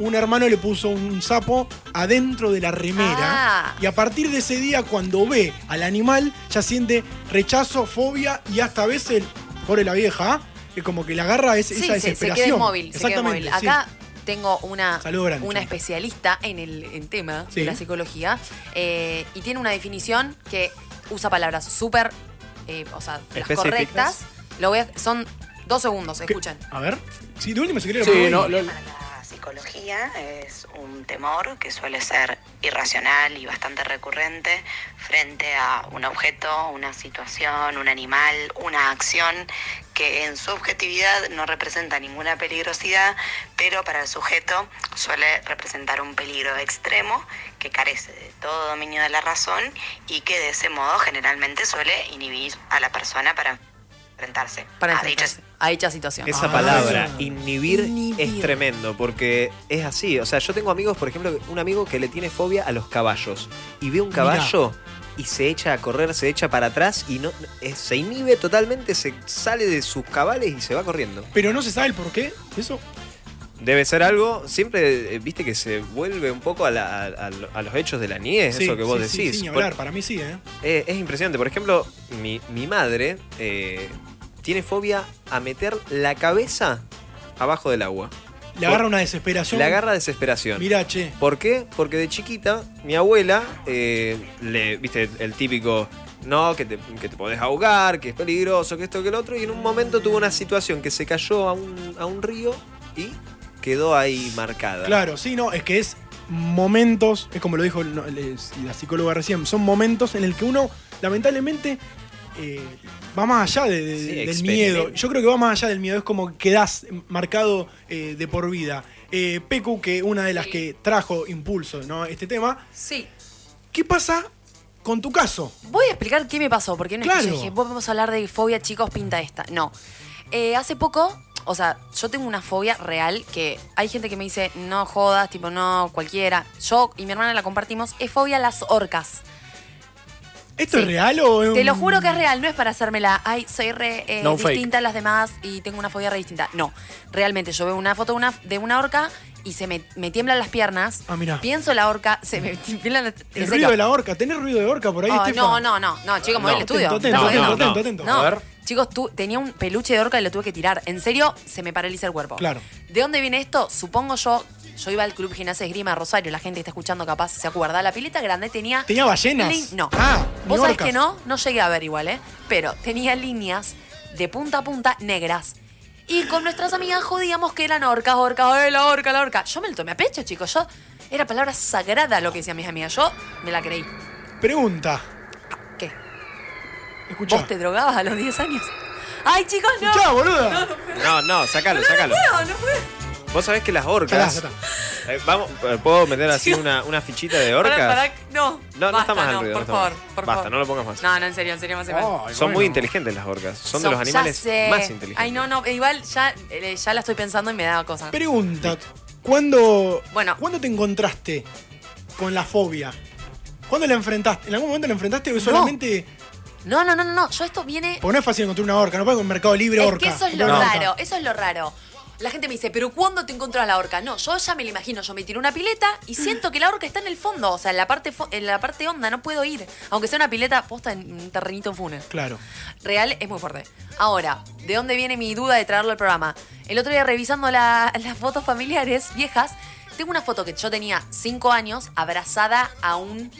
un hermano le puso un sapo adentro de la remera.
Ah.
Y a partir de ese día, cuando ve al animal, ya siente rechazo, fobia y hasta a veces, pobre la vieja, que como que le agarra es-
Sí,
esa
se- se,
desesperación.
queda inmóvil, se queda
Exactamente,
inmóvil.
sí.
Acá tengo una,
Saludo grande,
una
Chonita.
especialista en el en tema
Sí.
de la psicología eh, y tiene una definición que usa palabras súper, eh, o sea, las
Específicas.
correctas. Lo voy a- son dos segundos, escuchen.
A ver. Sí, de última se quiere
Sí,
lo pongo
no,
ahí.
lo-
La psicología es un temor que suele ser irracional y bastante recurrente frente a un objeto, una situación, un animal, una acción que en su objetividad no representa ninguna peligrosidad, pero para el sujeto suele representar un peligro extremo que carece de todo dominio de la razón y que de ese modo generalmente suele inhibir a la persona para enfrentarse.
Para
a dicha
enfrentarse a dicha situación.
Esa
Ah.
palabra, inhibir, es
Inhibir.
tremendo, porque es así. O sea, yo tengo amigos, por ejemplo, un amigo que le tiene fobia a los caballos. Y ve un
Mirá.
caballo y se echa a correr, se echa para atrás y no eh, se inhibe totalmente, se sale de sus cabales y se va corriendo.
Pero no se sabe el por qué. ¿Eso?
Debe ser algo, siempre eh, viste que se vuelve un poco a, la- a- a lo- a los hechos de la niñez,
Sí,
eso que vos
sí, sí,
decís.
sin
Por-
hablar, para mí sí, ¿eh?
Eh, es impresionante. Por ejemplo, mi, mi madre eh, tiene fobia a meter la cabeza abajo del agua.
Le agarra una desesperación.
Le agarra desesperación.
Mirá, che.
¿Por qué? Porque de chiquita, mi abuela, eh, le, viste, el típico, no, que te, que te podés ahogar, que es peligroso, que esto, que el otro, y en un momento tuvo una situación que se cayó a un, a un río y quedó ahí marcada.
Claro, sí, no, es que es momentos, es como lo dijo no, le- la psicóloga recién, son momentos en el que uno, lamentablemente, eh, va más allá de- de- del
experimenta.
miedo. Yo creo que va más allá del miedo, es como que quedás marcado eh, de por vida. Eh, Pecu, que una de las que trajo impulso ¿no? este tema,
Sí.
¿qué pasa con tu caso?
Voy a explicar qué me pasó, porque no es que yo
Claro.
dije, "Vos vamos a hablar de fobia, chicos, pinta esta. No. Eh, hace poco, o sea, yo tengo una fobia real que hay gente que me dice, no jodas, tipo, no, cualquiera. Yo y mi hermana la compartimos, es fobia a las orcas.
¿Esto es real o es
Te lo
un-
juro que es real, no es para hacérmela. Ay, soy re eh,
um. No fake.
distinta a las demás y tengo una fobia re distinta. No, realmente yo veo una foto de una, de una orca y se me, me tiemblan las piernas.
Ah, mirá.
Pienso la orca, se me tiemblan las en
El
serio.
ruido de la orca, ¿tenés ruido de orca por ahí,
Oh,
Estefa?
no, no, no, no, chicos, mueve el
Atento,
estudio.
atento,
Estamos
atento,
viendo.
atento, atento.
No,
A ver.
Chicos, tú, tenía un peluche de orca y lo tuve que tirar. En serio, se me paraliza el cuerpo.
Claro.
¿De dónde viene esto? Supongo yo, yo iba al Club Gimnasia de Esgrima de Rosario, la gente que está escuchando capaz se acuerda. La pileta grande tenía.
¿Tenía ballenas?
Lin- No.
Ah,
Vos
ni
sabés
orcas.
que no, no llegué a ver igual, ¿eh? Pero tenía líneas de punta a punta negras. Y con nuestras amigas jodíamos que eran orcas, orcas, ¡ay, la orca, la orca! Yo me lo tomé a pecho, chicos. Yo. Era palabra sagrada lo que decían mis amigas. Yo me la creí.
Pregunta.
¿Qué?
Escuchá.
¿Vos te drogabas a los 10 años? ¡Ay, chicos, no!
Escuchá, boluda.
No,
No,
no,
no, sacalo, sacalo.
puedo, no puedo.
Vos sabés que las orcas.
Ya
Eh, vamos, eh, ¿Puedo meter así una, una fichita de orcas?
Pará, pará, no.
No, no
basta,
está más
no,
el ruido. no
Por
está
favor,
más.
por
Basta,
favor.
no lo pongas más.
No, no, en serio, en serio, más igual.
Son muy inteligentes las orcas. Son, de los animales más inteligentes.
Ay, no, no, igual ya, eh, ya la estoy pensando y me da cosa.
Pregunta, ¿cuándo, ¿cuándo te encontraste con la fobia? ¿Cuándo la enfrentaste? ¿En algún momento la enfrentaste o solamente...?
No, no, no, no, no, yo esto viene...
Porque no es fácil encontrar una orca, no puedes con Mercado Libre
es
orca.
que eso es lo
comprar una orca.
raro, eso es lo raro. La gente me dice, ¿pero cuándo te encontrás la orca? No, yo ya me lo imagino, yo me tiro una pileta y siento que la orca está en el fondo, o sea, en la parte, fo- en la parte honda, no puedo ir. Aunque sea una pileta posta en un terrenito en Funes.
Claro.
Real es muy fuerte. Ahora, ¿de dónde viene mi duda de traerlo al programa? El otro día revisando la- las fotos familiares viejas, tengo una foto que yo tenía 5 años abrazada a un,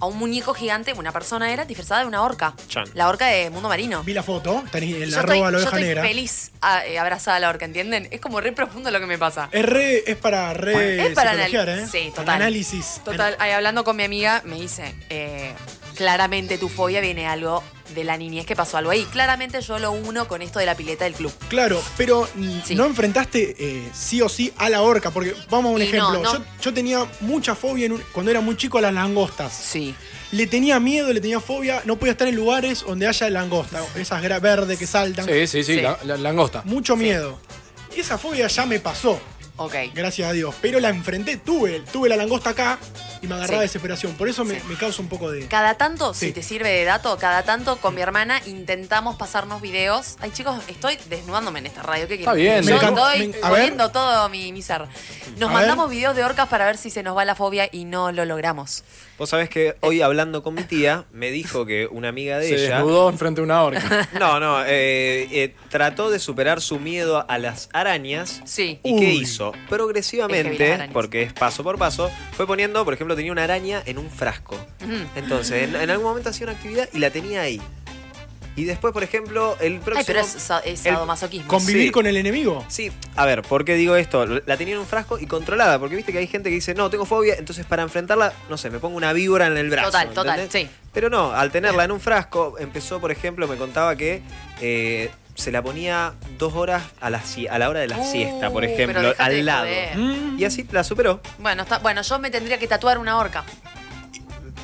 a un muñeco gigante, una persona era disfrazada de una orca.
Chan.
La orca de Mundo Marino.
Vi la foto, está en el
yo
arroba
estoy,
la
yo
oveja
estoy
negra.
feliz ah, eh, abrazada a la orca, ¿entienden? Es como re profundo lo que me pasa.
Es, re- es para re
Es para
psicografiar,
anal-
¿eh?
sí,
Para
total.
análisis.
Total, ahí hablando con mi amiga, me dice, eh, claramente tu fobia viene algo de la niñez que pasó algo ahí. Claramente yo lo uno con esto de la pileta del club.
Claro, pero mm, no enfrentaste eh, sí o sí a la orca, porque vamos a un
Y no,
ejemplo.
no.
Yo, yo tenía mucha fobia en un- cuando era muy chico a las langostas.
Sí.
Le tenía miedo, le tenía fobia, no podía estar en lugares donde haya langosta, esas gra- verdes que saltan.
Sí, sí, sí, la- la- langosta.
Mucho miedo. Esa fobia ya me pasó.
Ok.
Gracias a Dios. Pero la enfrenté, tuve, tuve la langosta acá y me agarraba
Sí.
desesperación. Por eso me, me causa un poco de.
Cada tanto,
Sí.
si te sirve de dato, cada tanto con mi hermana intentamos pasarnos videos. Ay, chicos, estoy desnudándome en esta radio. ¿Qué
Está
quieren?
bien.
Yo
Me encanta-
estoy
me- a ver.
poniendo todo mi, mi ser. Nos
A
mandamos videos de orcas para ver si se nos va la fobia y no lo logramos.
Vos sabés que hoy hablando con mi tía, me dijo que una amiga de
Se
ella.
desnudó enfrente de una orca.
No, no, eh, eh, trató de superar su miedo a las arañas.
Sí.
¿Y qué
Uy.
hizo?
Es que vi las
Progresivamente,
arañas.
porque es paso por paso, fue poniendo, por ejemplo, tenía una araña en un frasco.
Mm.
Entonces, en, en algún momento hacía una actividad y la tenía ahí. Y después, por ejemplo, el próximo.
Ay, pero es, sa- es
el-
sadomasoquismo.
Convivir Sí.
¿Con el enemigo?
Sí. A ver, ¿por qué digo esto? La tenía en un frasco y controlada, porque viste que hay gente que dice, no, tengo fobia, entonces para enfrentarla, no sé, me pongo una víbora en el brazo.
Total, total, sí.
Pero no, al tenerla en un frasco, empezó, por ejemplo, me contaba que eh, se la ponía dos horas a la, si- a la hora de la
Uh,
siesta, por
pero
ejemplo,
dejate de
al lado.
joder.
Y así la superó.
Bueno, está, bueno, yo me tendría que tatuar una orca.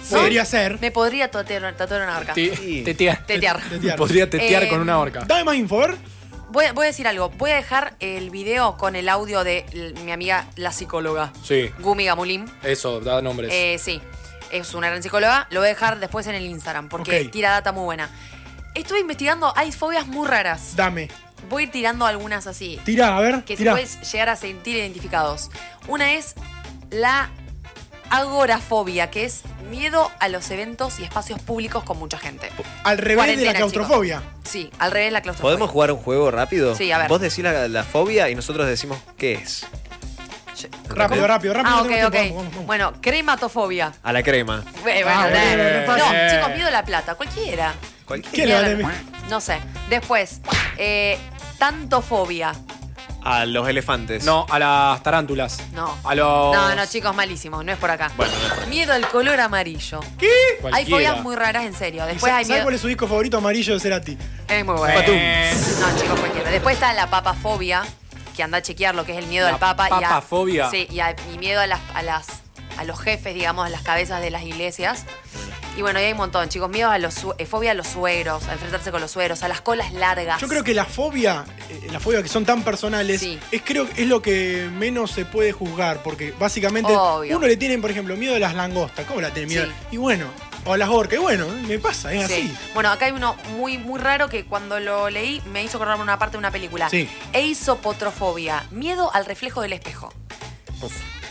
Sí. Podría
ser.
Me podría tatuar, tatuar una orca.
Tetear.
Tetear.
Podría tetear
Eh,
con una orca.
Dame más info, ver.
Voy, a- voy a decir algo. Voy a dejar el video con el audio de l- mi amiga la psicóloga,
Sí,
Gumi Gamulín.
eso, da nombres.
Eh, sí, es una gran psicóloga. Lo voy a dejar después en el Instagram porque
Ok.
tira data muy buena. Estuve investigando, hay fobias muy raras.
Dame.
voy a ir tirando algunas así.
Tirá, a ver,
Que
tirá.
se pueden llegar a sentir identificados. Una es la agorafobia, que es miedo a los eventos y espacios públicos con mucha gente.
Al revés de
Cuarentena,
la claustrofobia.
chicos. Sí, al revés de la claustrofobia.
¿Podemos jugar un juego rápido?
Sí, a ver.
Vos decís la, la fobia y nosotros decimos qué es.
Rápido, rápido, rápido.
Ah,
no
ok,
tengo
ok.
tiempo, vamos, vamos.
Bueno, crematofobia.
A la crema.
Eh, Bueno,
Ah,
nada.
eh,
no,
eh.
chicos, miedo a la plata, cualquiera.
Cualquiera.
Miedo a la- No sé. Después, eh, tantofobia.
A los elefantes.
No, a las tarántulas.
No.
A los.
No, no, chicos, malísimo, no es por acá.
Bueno,
Miedo al color amarillo. ¿Qué? Hay
Cualquiera.
fobias muy raras, en serio. Después Pues hay
¿Sabes
miedo.
cuál es su disco favorito amarillo de Cerati?
Es muy bueno. No, chicos, cualquiera. Después está la papafobia, que anda a chequear lo que es el miedo
La
al papa. y a-
papafobia.
Sí, y, a- y miedo a las, a las a los jefes, digamos, a las cabezas de las iglesias.
Mm.
Y bueno, y hay un montón, chicos. Miedo a los su- eh, fobia a los suegros, a enfrentarse con los suegros, a las colas largas.
Yo creo que la fobia, eh, las fobias que son tan personales, es creo que es lo que menos se puede juzgar, porque básicamente
Obvio.
uno le tienen, por ejemplo, miedo a las langostas. ¿Cómo la tiene miedo? Y bueno, o a las orcas, y bueno, me pasa, es
Sí. Bueno, acá hay uno muy, muy raro que cuando lo leí me hizo acordarme una parte de una película.
Sí.
Eisopotrofobia, miedo al reflejo del espejo.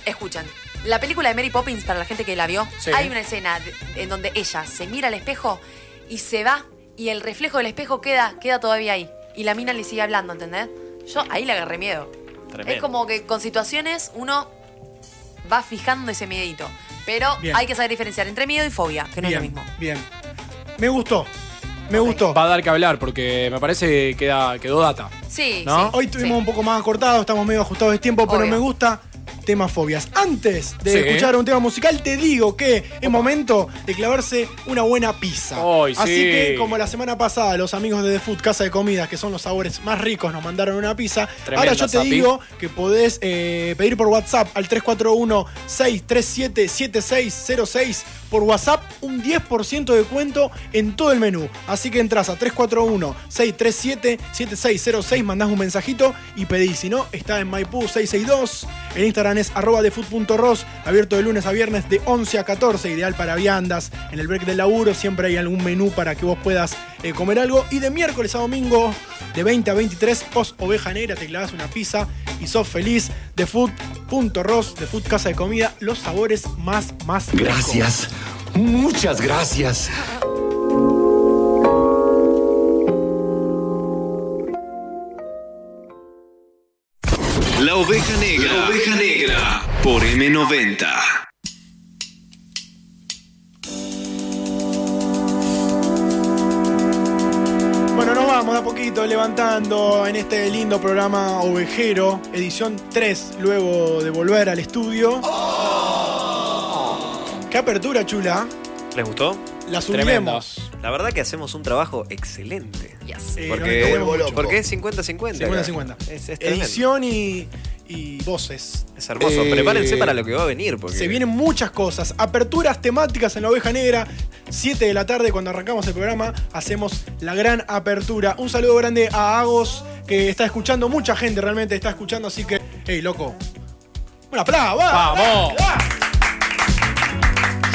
Escuchan. La película de Mary Poppins, para la gente que la vio,
Sí.
hay una escena de- en donde ella se mira al espejo y se va y el reflejo del espejo queda, queda todavía ahí. Y la mina le sigue hablando, ¿entendés? Yo ahí le agarré miedo. Es como que con situaciones uno va fijando ese miedito. Pero
Bien.
hay que saber diferenciar entre miedo y fobia, que no es lo mismo.
Bien. Me gustó. Me gustó.
Va a dar que hablar porque me parece que queda, quedó data.
Sí,
¿No?
sí.
Hoy tuvimos un poco más acortado, estamos medio ajustados de tiempo, pero
Obvio.
me gusta temas fobias. Antes de
Sí.
escuchar un tema musical, te digo que es momento de clavarse una buena pizza.
Ay,
Así
sí.
que, como la semana pasada, los amigos de The Food Casa de Comidas, que son los sabores más ricos, nos mandaron una pizza.
Tremenda,
Ahora yo te
Zapi.
digo que podés eh, pedir por WhatsApp al 341-637-7606 por WhatsApp un 10% de cuento en todo el menú. Así que entras a 341-637-7606, mandás un mensajito y pedís. Si no, está en Maipú 662. El Instagram es arroba defood.ros, abierto de lunes a viernes de 11 a 14, ideal para viandas. En el break del laburo siempre hay algún menú para que vos puedas eh, comer algo. Y de miércoles a domingo, de 20 a 23, post oveja negra, te clavas una pizza y sos feliz. De food.ros, de food casa de comida, los sabores más, más ricos.
Gracias. Muchas gracias.
La oveja negra. La oveja negra. Por M90.
Bueno, nos vamos de a poquito levantando en este lindo programa Ovejero, edición 3, luego de volver al estudio. ¡Qué apertura chula!
¿Les gustó?
La subiremos.
La verdad que hacemos un trabajo excelente.
Eh, nos
Porque,
queremos mucho.
porque es 50-50. acá.
50-50.
Es, es tremendo.
Edición y, y voces.
Es hermoso. Prepárense para lo que va a venir. Porque
Se vienen muchas cosas. Aperturas temáticas en la oveja negra. 7 de la tarde, cuando arrancamos el programa, hacemos la gran apertura. Un saludo grande a Agos, que está escuchando. Mucha gente realmente está escuchando, así que, hey, loco. Un aplauso.
Ah,
va,
¡Vamos!
va, va.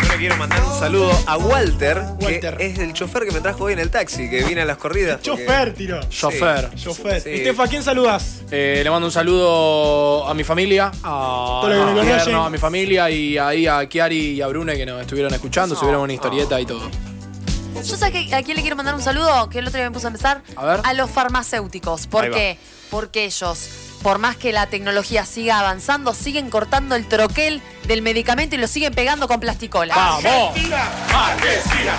Yo le quiero mandar un saludo a Walter, que es el chofer que me trajo hoy en el taxi, que viene a las corridas. porque-
Chofer, tiro.
Chofer.
Chofer.
Sí.
Estefa, ¿a quién saludás?
Eh, le mando un saludo a mi familia, a,
Ah, Todo lo que
a
me
Pierno,
conocen.
a mi familia y ahí a Chiari y a Brune que nos estuvieron escuchando,
Ah.
subieron una historieta y todo.
Yo sé que- a quién le quiero mandar un saludo, que el otro día me puse a empezar.
A ver.
los farmacéuticos.
Ahí
¿Por
va.
qué? Porque ellos, por más que la tecnología siga avanzando, siguen cortando el troquel del medicamento y lo siguen pegando con plasticola.
Argentina, Argentina,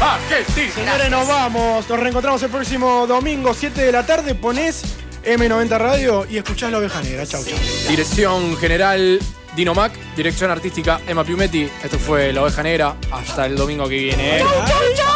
Argentina. Señores, nos vamos. Nos reencontramos el próximo domingo, 7 de la tarde. Ponés M90 Radio y escuchás La Oveja Negra. Chau, chau.
Dirección general Dino Mac, dirección artística Emma Piumetti. Esto fue La Oveja Negra. Hasta el domingo que viene. ¿eh?
chau, chau.